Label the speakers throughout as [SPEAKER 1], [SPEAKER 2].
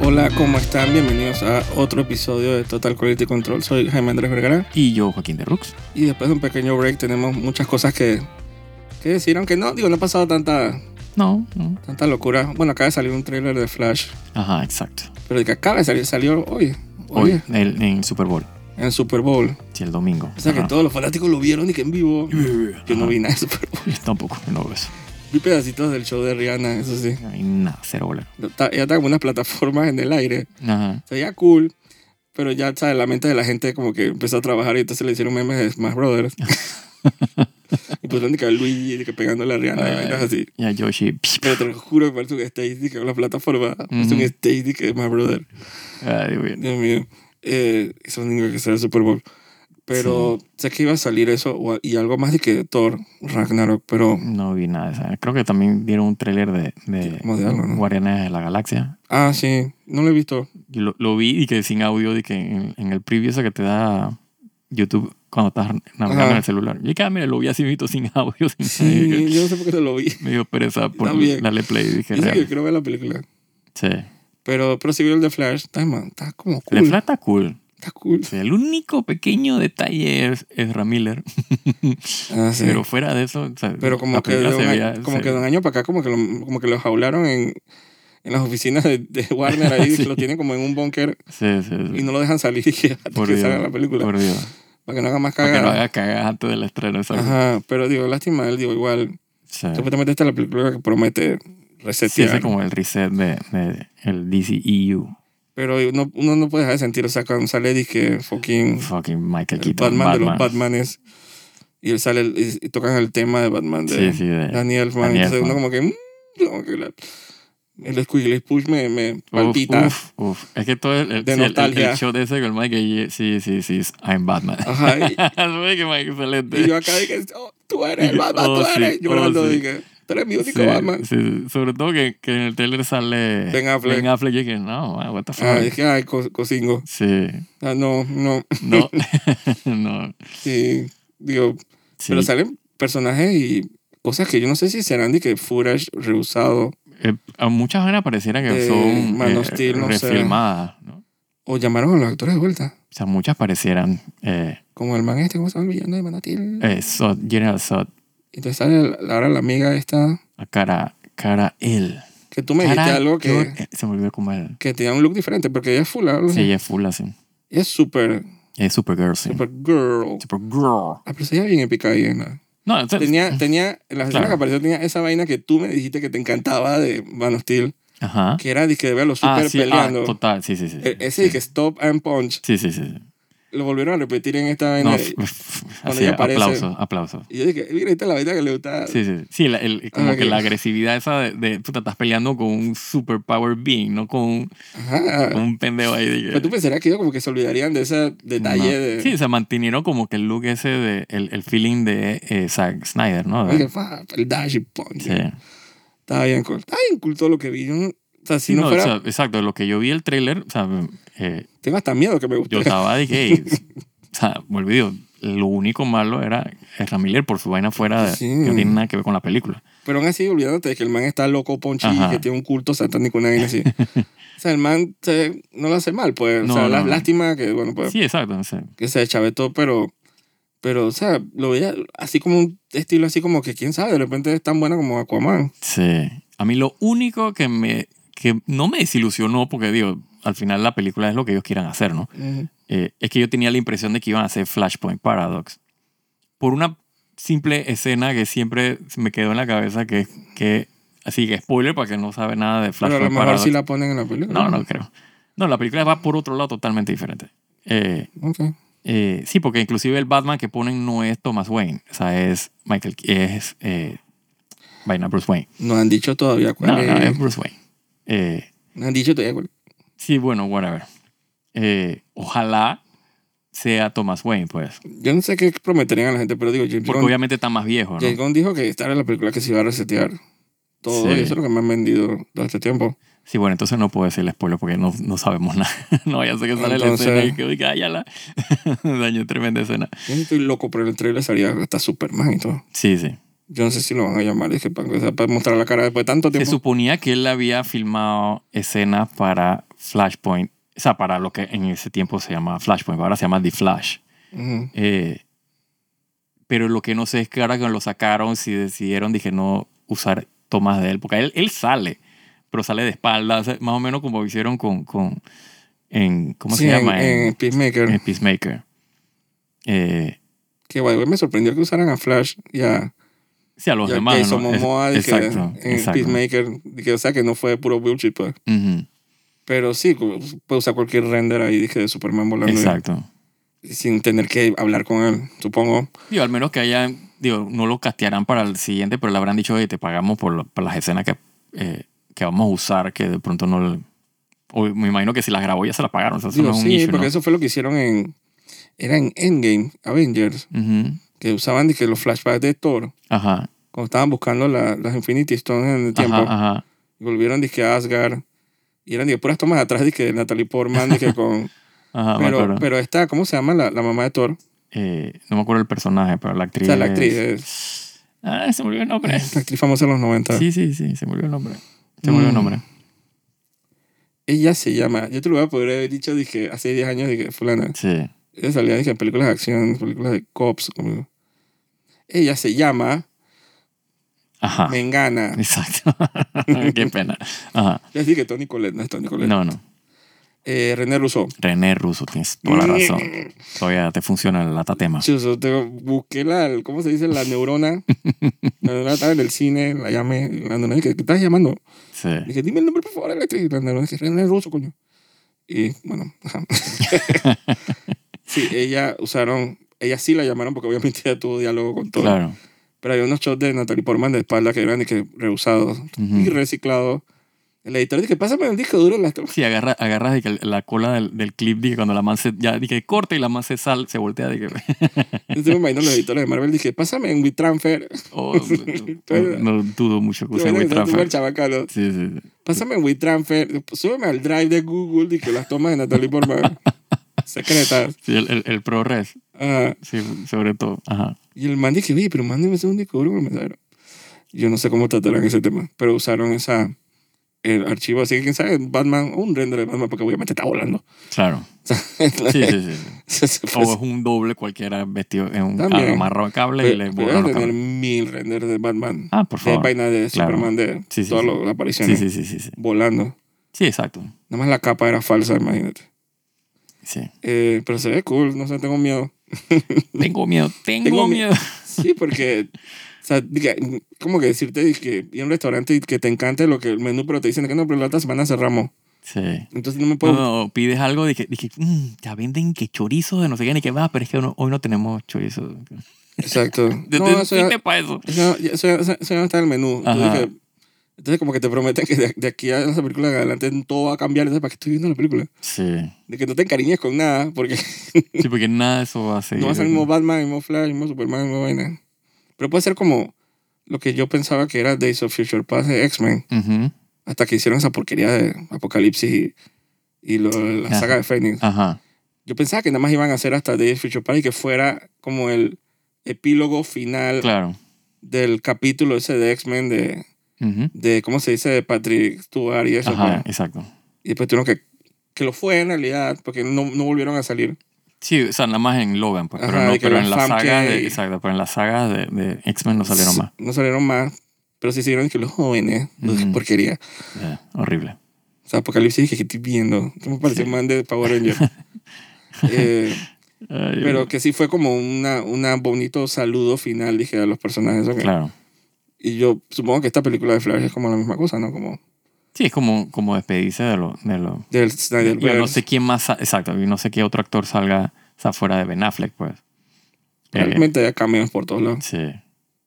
[SPEAKER 1] Hola, ¿cómo están? Bienvenidos a otro episodio de Total Quality Control. Soy Jaime Andrés Vergara.
[SPEAKER 2] Y yo, Joaquín de Rux.
[SPEAKER 1] Y después de un pequeño break tenemos muchas cosas que, que decir, aunque no, digo, no ha pasado tanta,
[SPEAKER 2] No, no.
[SPEAKER 1] tanta locura. Bueno, acaba de salir un tráiler de Flash,
[SPEAKER 2] Ajá, exacto.
[SPEAKER 1] pero el que acaba de salir salió hoy, hoy,
[SPEAKER 2] Hoy, el- en Super Bowl.
[SPEAKER 1] en Super Bowl.
[SPEAKER 2] Sí, el domingo.
[SPEAKER 1] O sea que
[SPEAKER 2] Ajá.
[SPEAKER 1] todos los fanáticos lo vieron y que en vivo. Yo no
[SPEAKER 2] Ajá.
[SPEAKER 1] vi nada de Super Bowl.
[SPEAKER 2] Yo Tampoco, no veo eso.
[SPEAKER 1] Vi pedacitos del show de Rihanna, eso sí.
[SPEAKER 2] No hay nada, cero bola.
[SPEAKER 1] Ta- Ella está como unas plataformas en el aire.
[SPEAKER 2] Ajá.
[SPEAKER 1] Se veía cool, pero ya, ¿sabes? La mente de la gente como que empezó a trabajar y entonces le hicieron memes de Smash Brothers. y pues que a Luigi de que pegándole a Rihanna y
[SPEAKER 2] Ay.
[SPEAKER 1] vainas así.
[SPEAKER 2] Y a Yoshi. psh,
[SPEAKER 1] Pero te lo juro que parece un stage de que una plataforma. Es un
[SPEAKER 2] Ujú.
[SPEAKER 1] stage de que Smash Brothers.
[SPEAKER 2] psh. Ay, bueno.
[SPEAKER 1] Dios mío. Eh, eso es lo único que será el Super Bowl. Pero sé que iba a salir eso o- y algo más de que Thor Ragnarok, pero...
[SPEAKER 2] No vi nada. o sea, creo que también dieron un tráiler de, de
[SPEAKER 1] Como de algo, ¿no?
[SPEAKER 2] Guardianes de la Galaxia.
[SPEAKER 1] Ah, sí, no lo he visto.
[SPEAKER 2] Yo lo, lo vi y que sin audio, y que en, en el preview ese que te da YouTube cuando estás navegando
[SPEAKER 1] Ajá.
[SPEAKER 2] en el celular. Y que, ah, mira, lo vi así mismo, sin audio, sin nada.
[SPEAKER 1] Sí,
[SPEAKER 2] Y que,
[SPEAKER 1] yo no sé por qué no lo vi.
[SPEAKER 2] Me dio pereza por
[SPEAKER 1] También.
[SPEAKER 2] darle play. y Dije,
[SPEAKER 1] Yo sé que
[SPEAKER 2] real.
[SPEAKER 1] quiero ver la película.
[SPEAKER 2] Sí.
[SPEAKER 1] Pero, pero si vio el de Flash, está, man, está como cool.
[SPEAKER 2] La entrada está cool.
[SPEAKER 1] Está cool.
[SPEAKER 2] O sea, el único pequeño detalle es, es Ramiller.
[SPEAKER 1] Ah, sí.
[SPEAKER 2] Pero
[SPEAKER 1] Pero,
[SPEAKER 2] fuera de eso, o sea,
[SPEAKER 1] como,
[SPEAKER 2] la
[SPEAKER 1] que de,
[SPEAKER 2] película
[SPEAKER 1] un
[SPEAKER 2] se
[SPEAKER 1] año,
[SPEAKER 2] veía-
[SPEAKER 1] como
[SPEAKER 2] se-
[SPEAKER 1] que de un año para acá, como que lo, como que lo jaularon en, en las oficinas de, de Warner ahí, que
[SPEAKER 2] Sí.
[SPEAKER 1] lo tienen como en un búnker
[SPEAKER 2] Sí, sí, sí.
[SPEAKER 1] y no lo dejan salir y que, hasta
[SPEAKER 2] Por
[SPEAKER 1] que
[SPEAKER 2] Dios,
[SPEAKER 1] salga la película.
[SPEAKER 2] Por Dios.
[SPEAKER 1] Para que no haga más
[SPEAKER 2] Para que no
[SPEAKER 1] cagada.
[SPEAKER 2] haga cagadas antes del estreno. exacto.
[SPEAKER 1] Ajá, pero digo, lástima de él, digo, igual.
[SPEAKER 2] Sí.
[SPEAKER 1] Supuestamente esta es la película que promete
[SPEAKER 2] Eh. Sí,
[SPEAKER 1] resetear.
[SPEAKER 2] ese es como el reset de, de el E DCEU.
[SPEAKER 1] Pero digo, no, uno no puede dejar de sentir, o sea, cuando sale, dije, fucking
[SPEAKER 2] Fucking Michael
[SPEAKER 1] Mm. el
[SPEAKER 2] Keaton.
[SPEAKER 1] Batman, de los Batmanes. Y él sale el- y, y tocan el tema de Batman de
[SPEAKER 2] Sí, sí. de-
[SPEAKER 1] Daniel Elfman.
[SPEAKER 2] Danny
[SPEAKER 1] Entonces uno
[SPEAKER 2] Elfman.
[SPEAKER 1] como que... mm, como que la- el Squiggly Push me, me palpita.
[SPEAKER 2] Uf, uf, uf. Es que todo el, el,
[SPEAKER 1] De
[SPEAKER 2] sí, el- el-
[SPEAKER 1] nostalgia.
[SPEAKER 2] el show de ese con Michael, sí, sí, sí, es I'm Batman.
[SPEAKER 1] Ajá. Y,
[SPEAKER 2] Así que, Mike, excelente.
[SPEAKER 1] y yo acá dije, oh, tú eres el Batman,
[SPEAKER 2] Oh,
[SPEAKER 1] tú
[SPEAKER 2] sí,
[SPEAKER 1] eres. Llorando,
[SPEAKER 2] oh, sí.
[SPEAKER 1] dije, tú eres mi único
[SPEAKER 2] Sí,
[SPEAKER 1] Batman.
[SPEAKER 2] sí, sí. sobre todo que, que en el trailer sale
[SPEAKER 1] Ben Affleck.
[SPEAKER 2] Ben Affleck y que no, man, what the fuck.
[SPEAKER 1] Ah, es que, ay, co- cocingo.
[SPEAKER 2] Sí,
[SPEAKER 1] Ah, no, no.
[SPEAKER 2] no, no.
[SPEAKER 1] Sí, digo,
[SPEAKER 2] Sí.
[SPEAKER 1] pero salen personajes y cosas que yo no sé si serán de que footage reusado
[SPEAKER 2] Eh, a muchas veces pareciera que
[SPEAKER 1] De
[SPEAKER 2] son
[SPEAKER 1] Man
[SPEAKER 2] eh,
[SPEAKER 1] of Steel, no sé.
[SPEAKER 2] refilmadas, ¿no? O
[SPEAKER 1] o llamaron a los actores de vuelta.
[SPEAKER 2] sea, muchas parecieran eh,
[SPEAKER 1] Como el man este, ¿cómo se llama el villano de Manatil?
[SPEAKER 2] eh, Zod, General Zod,
[SPEAKER 1] Entonces sale el- ahora la amiga esta,
[SPEAKER 2] a cara, cara él.
[SPEAKER 1] que tú me dijiste
[SPEAKER 2] Cara
[SPEAKER 1] algo que...
[SPEAKER 2] Jor- eh, se me olvidó cómo era.
[SPEAKER 1] que tenía un look diferente, porque ella es full, ¿no?
[SPEAKER 2] Sí, ella es full así.
[SPEAKER 1] Ella es super,
[SPEAKER 2] Es Supergirl, sí.
[SPEAKER 1] super girl.
[SPEAKER 2] Supergirl.
[SPEAKER 1] Ah, pero se veía bien épica ahí, ¿no?
[SPEAKER 2] No, o sea,
[SPEAKER 1] Tenía, tenía, en las escenas
[SPEAKER 2] Claro.
[SPEAKER 1] que apareció tenía esa vaina que tú me dijiste que te encantaba de Man of Steel,
[SPEAKER 2] Ajá.
[SPEAKER 1] que era de que ver a los super
[SPEAKER 2] Ah, sí, ah,
[SPEAKER 1] peleando.
[SPEAKER 2] total, sí, sí, sí.
[SPEAKER 1] E- ese de
[SPEAKER 2] sí.
[SPEAKER 1] que stop and punch,
[SPEAKER 2] Sí, sí, sí. sí.
[SPEAKER 1] lo volvieron a repetir en esta vaina.
[SPEAKER 2] No,
[SPEAKER 1] y- cuando
[SPEAKER 2] así,
[SPEAKER 1] ella aparece-
[SPEAKER 2] aplausos, aplausos.
[SPEAKER 1] Y yo dije, mira, esta es la vaina que le gusta.
[SPEAKER 2] Sí, sí, sí, la- el- como
[SPEAKER 1] Ah,
[SPEAKER 2] que la
[SPEAKER 1] ok.
[SPEAKER 2] agresividad esa de, de puta, estás peleando con un superpower being, no con, un-
[SPEAKER 1] Ajá.
[SPEAKER 2] con un pendejo ahí. de que-
[SPEAKER 1] Ah. Pero tú pensarías que ellos como que se olvidarían de ese detalle
[SPEAKER 2] No.
[SPEAKER 1] de...
[SPEAKER 2] Sí, se mantinieron como que el look ese, de, el, el feeling de eh, Zack Snyder, ¿no?
[SPEAKER 1] Oye, fa, el dash y punch.
[SPEAKER 2] sí.
[SPEAKER 1] Estaba bien cool. Estaba bien cool todo lo que vi. Yo no- o sea, si
[SPEAKER 2] Sí,
[SPEAKER 1] no,
[SPEAKER 2] no,
[SPEAKER 1] fuera...
[SPEAKER 2] o sea, exacto, lo que yo vi el trailer, o sea, eh,
[SPEAKER 1] tengo hasta miedo que me guste.
[SPEAKER 2] yo estaba de que, eh, o sea, me olvido, lo único malo era Ramiller por su vaina fuera de,
[SPEAKER 1] Sí.
[SPEAKER 2] que no tiene nada que ver con la película.
[SPEAKER 1] Pero aún así, olvidándote de que el man está loco, ponchi,
[SPEAKER 2] Ajá.
[SPEAKER 1] que tiene un culto satánico, una vaina así. o sea, el man se- no lo hace mal, pues.
[SPEAKER 2] No,
[SPEAKER 1] o sea, la-
[SPEAKER 2] no.
[SPEAKER 1] lástima que, bueno, pues,
[SPEAKER 2] Sí, exacto, no sé.
[SPEAKER 1] que se deschavetó, pero... Pero, o sea, lo veía así como un estilo así como que, quién sabe, de repente es tan buena como Aquaman.
[SPEAKER 2] Sí. A mí lo único que me que no me desilusionó, porque digo, al final la película es lo que ellos quieran hacer, ¿no?
[SPEAKER 1] Ujú.
[SPEAKER 2] Eh, es que yo tenía la impresión de que iban a hacer Flashpoint Paradox. Por una simple escena que siempre me quedó en la cabeza, que que así que spoiler para que no sabe nada de
[SPEAKER 1] Pero a lo
[SPEAKER 2] Flashpoint
[SPEAKER 1] mejor
[SPEAKER 2] Paradox.
[SPEAKER 1] sí la ponen en la película.
[SPEAKER 2] No, no creo. No, la película va por otro lado totalmente diferente. Eh,
[SPEAKER 1] Ok.
[SPEAKER 2] eh, sí, porque inclusive el Batman que ponen no es Thomas Wayne, o sea, es Michael, es eh, vaina Bruce Wayne.
[SPEAKER 1] No han dicho todavía cuál
[SPEAKER 2] No,
[SPEAKER 1] es.
[SPEAKER 2] no, es Bruce Wayne. Eh,
[SPEAKER 1] No han dicho todavía cuál
[SPEAKER 2] sí, bueno, whatever. Eh, ojalá sea Thomas Wayne, pues.
[SPEAKER 1] Yo no sé qué prometerían a la gente, pero digo, James
[SPEAKER 2] Porque
[SPEAKER 1] Gunn,
[SPEAKER 2] obviamente está más viejo,
[SPEAKER 1] James
[SPEAKER 2] ¿no?
[SPEAKER 1] Gunn dijo que esta era la película que se iba a resetear todo.
[SPEAKER 2] Sí.
[SPEAKER 1] Y eso es lo que me han vendido todo este tiempo.
[SPEAKER 2] Sí, bueno, entonces no puedo decirle spoiler porque no, no sabemos nada. no, ya sé que sale
[SPEAKER 1] Entonces-
[SPEAKER 2] la escena y que, uy, cállala. Daño tremenda escena.
[SPEAKER 1] Yo estoy loco por el trailer, salía hasta Superman y todo.
[SPEAKER 2] Sí, sí.
[SPEAKER 1] Yo no sé si lo van a llamar, es que para, o sea, para mostrar la cara después de tanto
[SPEAKER 2] Se
[SPEAKER 1] tiempo.
[SPEAKER 2] suponía que él había filmado escenas para Flashpoint, o sea, para lo que en ese tiempo se llamaba Flashpoint, ahora se llama The Flash.
[SPEAKER 1] Ujú.
[SPEAKER 2] Eh, pero lo que no sé es que ahora que lo sacaron, si decidieron, dije, no usar tomas de él, porque él, él sale, pero sale de espalda, o sea, más o menos como hicieron con... con en, ¿Cómo
[SPEAKER 1] Sí,
[SPEAKER 2] se
[SPEAKER 1] en-
[SPEAKER 2] llama?
[SPEAKER 1] En,
[SPEAKER 2] En,
[SPEAKER 1] Peacemaker.
[SPEAKER 2] en Peacemaker. Eh,
[SPEAKER 1] Que by the way, me sorprendió que usaran a Flash y a,
[SPEAKER 2] sí, a los
[SPEAKER 1] y a
[SPEAKER 2] demás.
[SPEAKER 1] Jason
[SPEAKER 2] ¿no? Es-
[SPEAKER 1] Momoa de que-
[SPEAKER 2] exacto,
[SPEAKER 1] en
[SPEAKER 2] exacto.
[SPEAKER 1] Peacemaker. de que, o sea, que no fue puro bullshit, pues.
[SPEAKER 2] Ujú,
[SPEAKER 1] Pero sí, como- puede usar cualquier render ahí, dije, de Superman volando. y-
[SPEAKER 2] exacto.
[SPEAKER 1] sin tener que hablar con él, supongo.
[SPEAKER 2] Digo, al menos que hayan, digo, no lo castearán para el siguiente, pero le habrán dicho, oye, te pagamos por, lo- por las escenas que, eh, que vamos a usar, que de pronto no... le- O me imagino que si las grabó ya se las pagaron, o sea, eso
[SPEAKER 1] Digo,
[SPEAKER 2] no es un
[SPEAKER 1] sí,
[SPEAKER 2] issue, ¿no?
[SPEAKER 1] porque eso fue lo que hicieron en... Era en Endgame, Avengers,
[SPEAKER 2] Ujú,
[SPEAKER 1] que usaban de que los flashbacks de Thor,
[SPEAKER 2] Ajá,
[SPEAKER 1] cuando estaban buscando la- las Infinity Stones en el tiempo,
[SPEAKER 2] ajá, ajá.
[SPEAKER 1] y volvieron de que a Asgard, y eran de que puras tomas atrás de que Natalie Portman, de que con...
[SPEAKER 2] ajá, Ah, me
[SPEAKER 1] pero,
[SPEAKER 2] acuerdo.
[SPEAKER 1] pero esta, ¿cómo se llama la, la mamá de Thor?
[SPEAKER 2] Eh, no me acuerdo el personaje, pero la
[SPEAKER 1] O
[SPEAKER 2] actriz...
[SPEAKER 1] sea, la actriz, eh.
[SPEAKER 2] es-
[SPEAKER 1] es-
[SPEAKER 2] Ah, se me olvidó el nombre.
[SPEAKER 1] la actriz famosa de los 90.
[SPEAKER 2] Sí, sí, sí, se me olvidó el nombre. Se me olvidó el
[SPEAKER 1] Mm.
[SPEAKER 2] nombre.
[SPEAKER 1] Ella se llama, yo te lo voy a poder haber dicho, dije, hace 10 años, dije, fulana.
[SPEAKER 2] Sí.
[SPEAKER 1] Ella salía dije, en películas de acción, películas de cops. Como... Ella se llama
[SPEAKER 2] Ajá.
[SPEAKER 1] Mengana.
[SPEAKER 2] Exacto. Qué pena. Ajá.
[SPEAKER 1] Ya dije que Tony Colette no es Tony Colette.
[SPEAKER 2] No, no.
[SPEAKER 1] Eh, René Rousseau.
[SPEAKER 2] René Russo, tienes toda la razón. Todavía te funciona el latatema.
[SPEAKER 1] Chuzo, te- busqué la, el- ¿cómo se dice? La neurona. la neurona estaba en el cine, la llamé. La neurona dije, ¿qué estás llamando?
[SPEAKER 2] Sí.
[SPEAKER 1] Dije, dime el nombre, por favor, de la actriz. La neurona dije, René Rousseau, coño. Y bueno, ajá. sí, ella usaron, ella sí la llamaron porque obviamente ella tuvo diálogo con todo.
[SPEAKER 2] Claro.
[SPEAKER 1] Pero había unos shots de Natalie Portman de espalda que eran de que reusados
[SPEAKER 2] Ujú.
[SPEAKER 1] y reciclados. El editor dice, pásame el disco duro. en Las tomas".
[SPEAKER 2] Sí, agarra, agarras de que la cola del, del clip dije cuando la man se, ya dije corta y la man se sal, se voltea de que
[SPEAKER 1] Entonces me imagino los editores de Marvel, dije, pásame en WeTransfer.
[SPEAKER 2] oh, no, no dudo mucho que
[SPEAKER 1] Yo
[SPEAKER 2] use
[SPEAKER 1] bueno, está
[SPEAKER 2] WeTransfer.
[SPEAKER 1] súper chabacano.
[SPEAKER 2] Sí, sí, sí.
[SPEAKER 1] Pásame en WeTransfer, súbeme al drive de Google, dije, las tomas de Natalie Portman. Secretas.
[SPEAKER 2] Sí, el, el, el ProRes,
[SPEAKER 1] Ajá.
[SPEAKER 2] sí, sobre todo. Ajá.
[SPEAKER 1] y el man dije, oye, pero mándeme ese un disco duro que me mandaron". Yo no sé cómo tratarán ese tema, pero usaron esa, el archivo. Así que quién sabe, Batman, o un render de Batman, porque obviamente está volando.
[SPEAKER 2] Claro. Sí, sí, sí. O es un doble cualquiera vestido en un
[SPEAKER 1] También.
[SPEAKER 2] amarrado de cable y
[SPEAKER 1] Pero-
[SPEAKER 2] le
[SPEAKER 1] pero
[SPEAKER 2] borra
[SPEAKER 1] debe
[SPEAKER 2] los
[SPEAKER 1] tener
[SPEAKER 2] cables.
[SPEAKER 1] mil renders de Batman.
[SPEAKER 2] Ah, por
[SPEAKER 1] de
[SPEAKER 2] favor.
[SPEAKER 1] vaina de
[SPEAKER 2] claro.
[SPEAKER 1] Superman, de
[SPEAKER 2] Sí, sí,
[SPEAKER 1] todas
[SPEAKER 2] sí.
[SPEAKER 1] las
[SPEAKER 2] Sí,
[SPEAKER 1] apariciones.
[SPEAKER 2] sí, sí, sí, sí.
[SPEAKER 1] Volando.
[SPEAKER 2] Sí, exacto.
[SPEAKER 1] Nada más la capa era falsa, imagínate.
[SPEAKER 2] Sí.
[SPEAKER 1] Eh, pero se ve cool, no sé, tengo miedo.
[SPEAKER 2] Tengo miedo, tengo,
[SPEAKER 1] Tengo miedo.
[SPEAKER 2] miedo.
[SPEAKER 1] Sí, porque... O sea, diga, como que decirte que ir a un restaurante y que te encante lo que el menú, pero te dicen que no, pero la otra semana cerramos.
[SPEAKER 2] Sí.
[SPEAKER 1] Entonces no me
[SPEAKER 2] No,
[SPEAKER 1] puedo...
[SPEAKER 2] no, o pides algo, dije, dije "Mm, ya venden que chorizo de no sé qué, ni que va, pero es que no- hoy no tenemos chorizo.
[SPEAKER 1] Exacto.
[SPEAKER 2] Te-
[SPEAKER 1] No,
[SPEAKER 2] te-
[SPEAKER 1] eso ya,
[SPEAKER 2] fuiste pa' eso.
[SPEAKER 1] eso ya- eso ya- eso ya no está en el menú. Entonces,
[SPEAKER 2] Ajá.
[SPEAKER 1] dije- entonces como que te prometen que de, de aquí a esa película en adelante todo va a cambiar. Entonces, ¿para qué estoy viendo la película?
[SPEAKER 2] Sí.
[SPEAKER 1] De que no te encariñes con nada, porque
[SPEAKER 2] Sí, porque nada de eso va a seguir.
[SPEAKER 1] no va a ser el mismo Batman, el mismo Flash, el mismo Superman, el mismo vaina. Pero puede ser como lo que yo pensaba que era Days of Future Past de X-Men,
[SPEAKER 2] Ujú.
[SPEAKER 1] hasta que hicieron esa porquería de Apocalipsis y, y lo- la
[SPEAKER 2] Ajá.
[SPEAKER 1] saga de Phoenix.
[SPEAKER 2] Ajá.
[SPEAKER 1] Yo pensaba que nada más iban a hacer hasta Days of Future Past y que fuera como el epílogo final
[SPEAKER 2] Claro.
[SPEAKER 1] del capítulo ese de X-Men de,
[SPEAKER 2] Ujú.
[SPEAKER 1] de, ¿cómo se dice? De Patrick Stewart y eso.
[SPEAKER 2] Ajá,
[SPEAKER 1] pues.
[SPEAKER 2] exacto.
[SPEAKER 1] Y después tuvieron que... Que lo fue en realidad, porque no, no volvieron a salir.
[SPEAKER 2] Sí, o sea, nada más en Logan, pues, pero
[SPEAKER 1] Ajá,
[SPEAKER 2] no,
[SPEAKER 1] de que
[SPEAKER 2] pero
[SPEAKER 1] la
[SPEAKER 2] en las
[SPEAKER 1] Famke
[SPEAKER 2] sagas de,
[SPEAKER 1] y-
[SPEAKER 2] exacto, pero en las sagas de, de X-Men no salieron más.
[SPEAKER 1] No salieron más, pero sí siguieron que los jóvenes. Ugh,
[SPEAKER 2] Ujú.
[SPEAKER 1] porquería.
[SPEAKER 2] Eh, horrible.
[SPEAKER 1] O sea, Apocalipsis dije que estoy viendo. ¿Qué me pareció
[SPEAKER 2] Sí.
[SPEAKER 1] un man de Power Ranger? Eh,
[SPEAKER 2] Ay,
[SPEAKER 1] pero que sí fue como una, una bonito saludo final, dije, a los personajes. ¿ok?
[SPEAKER 2] claro.
[SPEAKER 1] Y yo supongo que esta película de Flash es como la misma cosa, ¿no? Como
[SPEAKER 2] Sí, es como, como despedirse de lo, de lo,
[SPEAKER 1] del Snyder
[SPEAKER 2] Yo no sé quién más, sa- exacto, y no sé qué otro actor salga o sea, fuera de Ben Affleck, pues. Eh,
[SPEAKER 1] Realmente hay cameos por todos lados.
[SPEAKER 2] sí.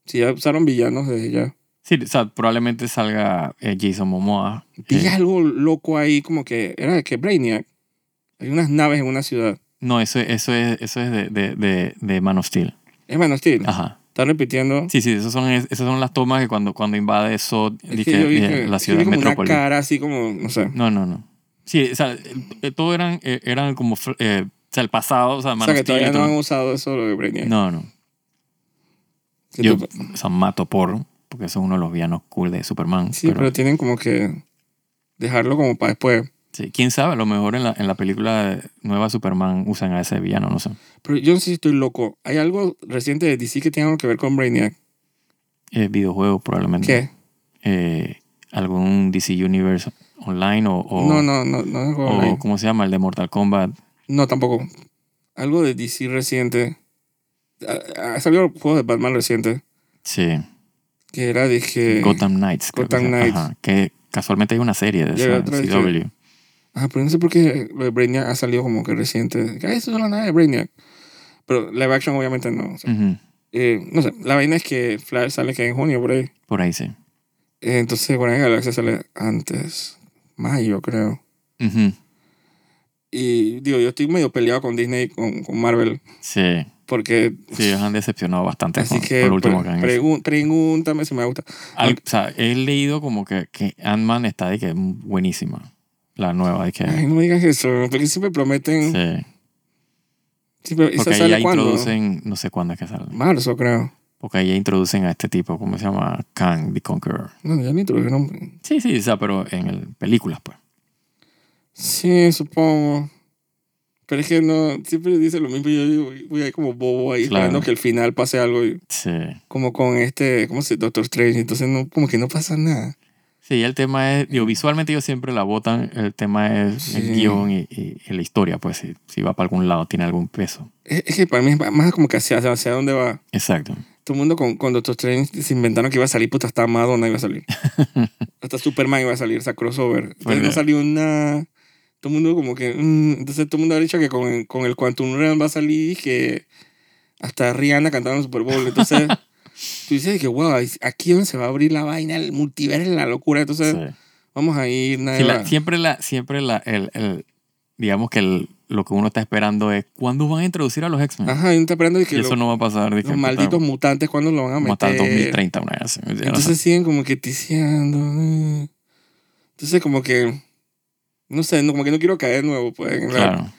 [SPEAKER 1] Sí, ya usaron villanos desde ya.
[SPEAKER 2] Sí, o sea, probablemente salga eh, Jason Momoa. eh,
[SPEAKER 1] Vi algo loco ahí, como que era que Brainiac. Hay unas naves en una ciudad.
[SPEAKER 2] no, eso, eso es, eso es de, de, de, de Man of Steel.
[SPEAKER 1] Es Man of Steel.
[SPEAKER 2] Ajá.
[SPEAKER 1] Está repitiendo.
[SPEAKER 2] Ah. Sí, sí, esas son, es- esas son las tomas que cuando, cuando invade Sod,
[SPEAKER 1] Es que yo vi que-
[SPEAKER 2] la
[SPEAKER 1] es que vi
[SPEAKER 2] ciudad
[SPEAKER 1] como
[SPEAKER 2] metrópoli.
[SPEAKER 1] una cara así como, no sé.
[SPEAKER 2] No, no, no. Sí, o sea, eh, eh, todo eran, eh, eran como, fl- eh, o sea, el pasado, o sea,
[SPEAKER 1] O
[SPEAKER 2] Man
[SPEAKER 1] sea,
[SPEAKER 2] of
[SPEAKER 1] que
[SPEAKER 2] Steel. y
[SPEAKER 1] todavía no
[SPEAKER 2] todo.
[SPEAKER 1] han usado eso lo de Brainiac.
[SPEAKER 2] no, no.
[SPEAKER 1] Que
[SPEAKER 2] Yo,
[SPEAKER 1] tú-
[SPEAKER 2] o sea, mato por, porque eso es uno de los villanos cool de Superman.
[SPEAKER 1] sí, pero, tienen como que dejarlo como para después.
[SPEAKER 2] Sí, quién sabe, a lo mejor en la, en la película de nueva Superman usan a ese villano, no sé.
[SPEAKER 1] Pero yo no sé si estoy loco. ¿Hay algo reciente de DC que tenga algo que ver con Brainiac?
[SPEAKER 2] Eh, videojuego probablemente.
[SPEAKER 1] ¿Qué?
[SPEAKER 2] Eh, algún DC Universe online o, o,
[SPEAKER 1] no, no, no, no es algo
[SPEAKER 2] o
[SPEAKER 1] online.
[SPEAKER 2] ¿cómo se llama? El de Mortal Kombat.
[SPEAKER 1] No, tampoco. Algo de DC reciente. Ha, ha salido el juego de Batman reciente.
[SPEAKER 2] Sí.
[SPEAKER 1] Que era, dije.
[SPEAKER 2] Gotham Knights. creo que
[SPEAKER 1] Eh, Gotham
[SPEAKER 2] se llama.
[SPEAKER 1] Knights.
[SPEAKER 2] Ajá, que casualmente hay una serie de
[SPEAKER 1] Ya,
[SPEAKER 2] esa,
[SPEAKER 1] otra vez,
[SPEAKER 2] CW.
[SPEAKER 1] Ah, pero no sé por qué lo de Brainiac ha salido como que reciente. Que, "Ay, eso es la nave de Brainiac. Pero live action, obviamente, no. O sea,
[SPEAKER 2] Ujú,
[SPEAKER 1] eh, no sé. La vaina es que Flash sale que en junio por ahí.
[SPEAKER 2] Por ahí sí.
[SPEAKER 1] Eh, entonces, Guardian Galaxia sale antes. Mayo, creo.
[SPEAKER 2] Ujú,
[SPEAKER 1] Y digo, yo estoy medio peleado con Disney y con, con Marvel.
[SPEAKER 2] Sí.
[SPEAKER 1] Porque.
[SPEAKER 2] Sí, ellos han decepcionado bastante
[SPEAKER 1] Así
[SPEAKER 2] con,
[SPEAKER 1] que.
[SPEAKER 2] por lo último
[SPEAKER 1] pre-
[SPEAKER 2] que han hecho.
[SPEAKER 1] pregun- pregúntame si me gusta.
[SPEAKER 2] Al- o sea, he leído como que, que Ant-Man está de que buenísima. La nueva de que...
[SPEAKER 1] Ay, no me digas eso. Porque siempre prometen.
[SPEAKER 2] sí.
[SPEAKER 1] Siempre, ¿Esa
[SPEAKER 2] Porque ahí ya
[SPEAKER 1] sale cuándo?
[SPEAKER 2] introducen, no sé cuándo es que sale.
[SPEAKER 1] Marzo, creo.
[SPEAKER 2] Porque ahí ya introducen a este tipo, ¿cómo se llama? Kang the Conqueror.
[SPEAKER 1] No, ya me introdujeron.
[SPEAKER 2] Sí, sí, o sea, pero en el, películas, pues.
[SPEAKER 1] Sí, supongo. Pero es que no, siempre dice lo mismo. y Yo digo, voy ahí como bobo ahí,
[SPEAKER 2] Claro.
[SPEAKER 1] esperando que al final pase algo. y-
[SPEAKER 2] Sí.
[SPEAKER 1] Como con este, ¿cómo se dice? Doctor Strange. Entonces, no, como que no pasa nada.
[SPEAKER 2] Sí, el tema es, digo, visualmente ellos siempre la botan, el tema es
[SPEAKER 1] Sí.
[SPEAKER 2] el guión y, y- y la historia, pues, si, si va para algún lado, tiene algún peso.
[SPEAKER 1] Es, es que para mí es más como que hacia, hacia dónde va.
[SPEAKER 2] Exacto.
[SPEAKER 1] Todo el mundo con, con Doctor Strange se inventaron que iba a salir, puta, hasta Madonna iba a salir. hasta Superman iba a salir, o sea, crossover. Entonces
[SPEAKER 2] Bueno.
[SPEAKER 1] no salió nada. Todo el mundo como que... mm, entonces todo el mundo ha dicho que con, con el Quantum Realm va a salir que hasta Rihanna cantaba en el Super Bowl. Entonces tú dices que, wow, aquí es donde se va a abrir la vaina, el multiverso, la locura. Entonces
[SPEAKER 2] Sí.
[SPEAKER 1] vamos a ir... Nada,
[SPEAKER 2] Sí, la- siempre la, siempre la, el, el- digamos que el- lo que uno está esperando es cuándo van a introducir a los X-Men.
[SPEAKER 1] Ajá, y uno está esperando de que
[SPEAKER 2] y eso
[SPEAKER 1] los,
[SPEAKER 2] no va a pasar. dije,
[SPEAKER 1] los
[SPEAKER 2] puta,
[SPEAKER 1] malditos mutantes, ¿cuándo lo van a
[SPEAKER 2] Como hasta el
[SPEAKER 1] meter?
[SPEAKER 2] 2030, una vez así. Ya no sé.
[SPEAKER 1] Entonces siguen como que tiseando. eh. Entonces como que... No sé, no, como que no quiero caer de nuevo, pues. En la-
[SPEAKER 2] claro.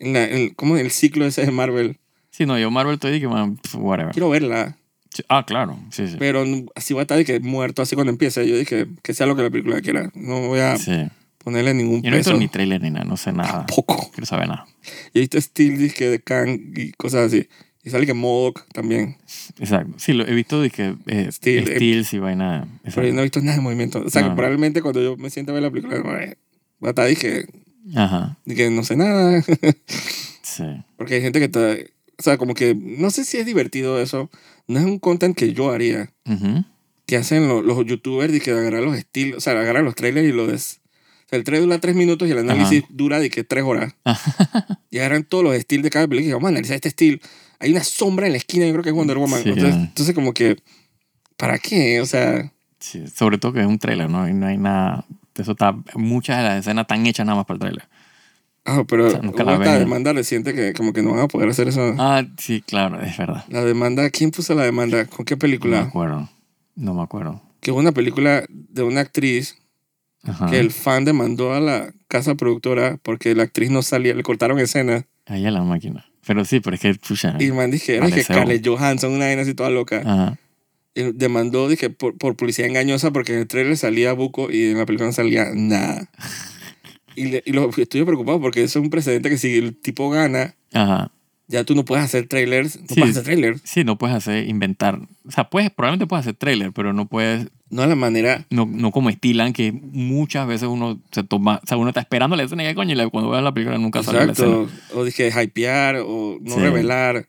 [SPEAKER 1] en la- en- como en el ciclo ese de Marvel.
[SPEAKER 2] Sí, no, yo Marvel estoy de que, man, pf, whatever.
[SPEAKER 1] Quiero verla,
[SPEAKER 2] Sí, Ah, claro. Sí, sí.
[SPEAKER 1] pero no- así va a estar de que muerto, así cuando empiece. Yo dije que sea lo que la película quiera. No voy a
[SPEAKER 2] Sí.
[SPEAKER 1] ponerle ningún
[SPEAKER 2] Yo no he visto
[SPEAKER 1] peso. Ah,
[SPEAKER 2] ni trailer ni nada, no sé nada.
[SPEAKER 1] Tampoco.
[SPEAKER 2] Quiero saber nada.
[SPEAKER 1] Y ahí está Steel, dije, de Kang y cosas así. Y sale que Modoc también.
[SPEAKER 2] Exacto. Sí, lo he visto de que eh,
[SPEAKER 1] Steel,
[SPEAKER 2] Steel,
[SPEAKER 1] eh,
[SPEAKER 2] sí, vaina.
[SPEAKER 1] Pero yo
[SPEAKER 2] Exacto.
[SPEAKER 1] no he visto nada de movimiento. O sea, que
[SPEAKER 2] No.
[SPEAKER 1] probablemente cuando yo me siente a ver la película, eh, voy a estar dije,
[SPEAKER 2] Ajá.
[SPEAKER 1] dije, no sé nada.
[SPEAKER 2] Sí.
[SPEAKER 1] Porque hay gente que está... O sea, como que no sé si es divertido eso. No es un content que yo haría.
[SPEAKER 2] Ujú.
[SPEAKER 1] que hacen lo- los youtubers de que agarrar los estilos, o sea, agarrar los trailers y lo des. O sea, el trailer dura tres minutos y el análisis dura de que tres horas.
[SPEAKER 2] Ah.
[SPEAKER 1] y agarran todos los estilos de cada película y vamos a analizar este estilo. Hay una sombra en la esquina, yo creo que es Wonder Woman.
[SPEAKER 2] Sí.
[SPEAKER 1] Entonces, entonces, como que, ¿para qué? O sea,
[SPEAKER 2] Sí, Sobre todo que es un trailer, ¿no? Y no hay nada. Eso está. Muchas de las escenas están hechas nada más para el trailer.
[SPEAKER 1] ah, pero
[SPEAKER 2] O sea, nunca
[SPEAKER 1] hubo
[SPEAKER 2] la
[SPEAKER 1] esta
[SPEAKER 2] ven.
[SPEAKER 1] demanda reciente que como que no van a poder hacer eso.
[SPEAKER 2] Ah, sí, claro, es verdad.
[SPEAKER 1] La demanda, ¿quién puso la demanda? ¿Con qué
[SPEAKER 2] No me
[SPEAKER 1] película?
[SPEAKER 2] acuerdo. No me acuerdo.
[SPEAKER 1] Que hubo una película de una actriz
[SPEAKER 2] Ajá.
[SPEAKER 1] que el fan demandó a la casa productora porque la actriz no salía, le cortaron escenas.
[SPEAKER 2] Ahí a la máquina. Pero sí, pero es que, pucha.
[SPEAKER 1] Y man, dije, era que
[SPEAKER 2] Pareceo.
[SPEAKER 1] Scarlett Johansson, una vaina así toda loca.
[SPEAKER 2] Ajá.
[SPEAKER 1] Y demandó, dije, por, por publicidad engañosa, porque en el trailer salía Buco y en la película no salía nada. Y, le- y lo, estoy preocupado porque eso es un precedente que si el tipo gana,
[SPEAKER 2] Ajá.
[SPEAKER 1] ya tú no puedes hacer trailers. No
[SPEAKER 2] Sí.
[SPEAKER 1] puedes hacer trailers.
[SPEAKER 2] Sí, no puedes hacer, inventar. O sea, puedes, probablemente puedes hacer trailer, pero no puedes,
[SPEAKER 1] No a la manera.
[SPEAKER 2] no, no como estilan, que muchas veces uno se toma, o sea, uno está esperando la escena y ya, coño, y la- cuando veas la película nunca sale la escena.
[SPEAKER 1] Exacto. O dije, hypear, o no
[SPEAKER 2] Sí.
[SPEAKER 1] revelar.